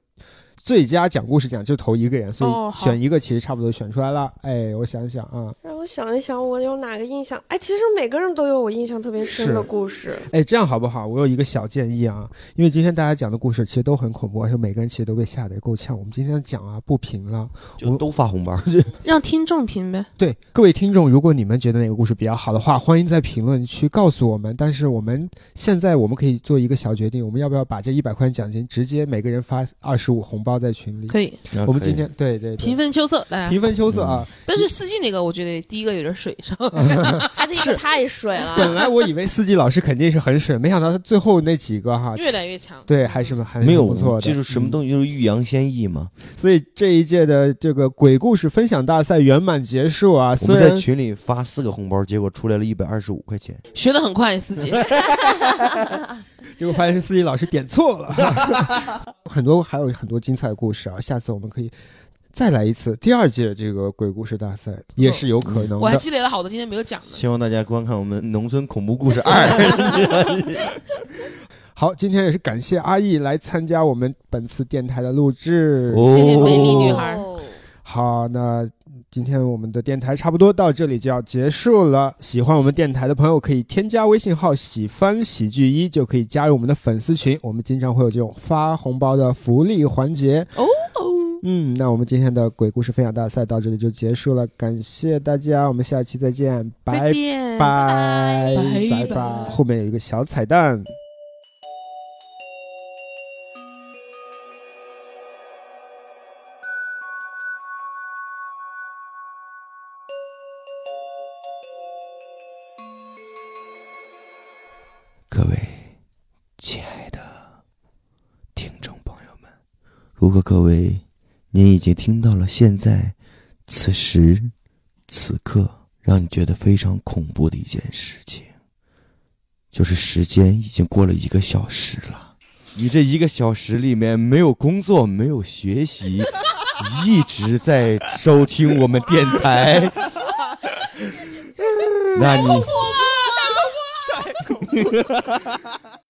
S4: 最佳讲故事奖就投一个人，所
S7: 哦
S4: 以
S7: 好
S4: 选一个其实差不多选出来了。哎，我想想啊，
S6: 让我想一想，我有哪个印象？哎，其实每个人都有我印象特别深
S4: 是
S6: 的故事。
S4: 哎，这样好不好？我有一个小建议啊，因为今天大家讲的故事其实都很恐怖，而且每个人其实都被吓得够呛。我们今天讲啊不平了，
S5: 就都发红包，
S7: 让听众评呗。
S4: 对各位听众，如果你们觉得哪个故事比较好的话，欢迎在评论区告诉我们。但是我们现在我们可以做一个小决定，我们要不要把这一百块钱奖金直接每个人发二十五红包在群里？
S7: 可以
S4: 我们今天对对对
S7: 平分秋色，大家。
S4: 平分秋色啊！
S7: 但是四季那个，我觉得第一个有点水上，
S6: 他那个太水
S5: 嗯
S6: 了，
S4: 本来我以为四季老师肯定是很水，没想到他最后那几个 哈，
S7: 越来越强。
S4: 啊对还是还是
S5: 没有
S4: 不错的，嗯
S5: 就是什么
S4: 西。
S5: 东西就是欲扬先抑嘛。
S4: 所以这一届的这个鬼故事分享大赛圆满结束啊！
S5: 我
S4: 虽
S5: 们在
S4: 然
S5: 群里发四个红包，结果出来了一百二十五块钱。
S7: 学的很快，四 季。
S4: 结果发现是司机老师点错了， 很多还有很多精彩的故事啊，下次我们可以再来一次第二届这个鬼故事大赛，也是有可能
S7: 我还
S4: 的。
S7: 积累了好多今天没有讲的。
S5: 希望大家观看我们《农村恐怖故事 二》
S4: 好，今天也是感谢阿义来参加我们本次电台的录制。
S5: 哦
S7: 谢谢魅力女孩儿。
S4: 好，那今天我们的电台差不多到这里就要结束了。喜欢我们电台的朋友可以添加微信号“喜欢喜剧一”，就可以加入我们的粉丝群。我们经常会有这种发红包的福利环节
S7: 哦。
S4: 嗯，那我们今天的鬼故事分享大赛到这里就结束了，感谢大家，我们下期再见，拜
S7: 再见，
S4: 拜拜
S7: 拜
S4: 拜。后面有一个小彩蛋。
S5: 各位亲爱的听众朋友们，如果各位您已经听到了现在此时此刻让你觉得非常恐怖的一件事情，就是时间已经过了一个小时了。你这一个小时里面没有工作，没有学习，一直在收听我们电台。 那你。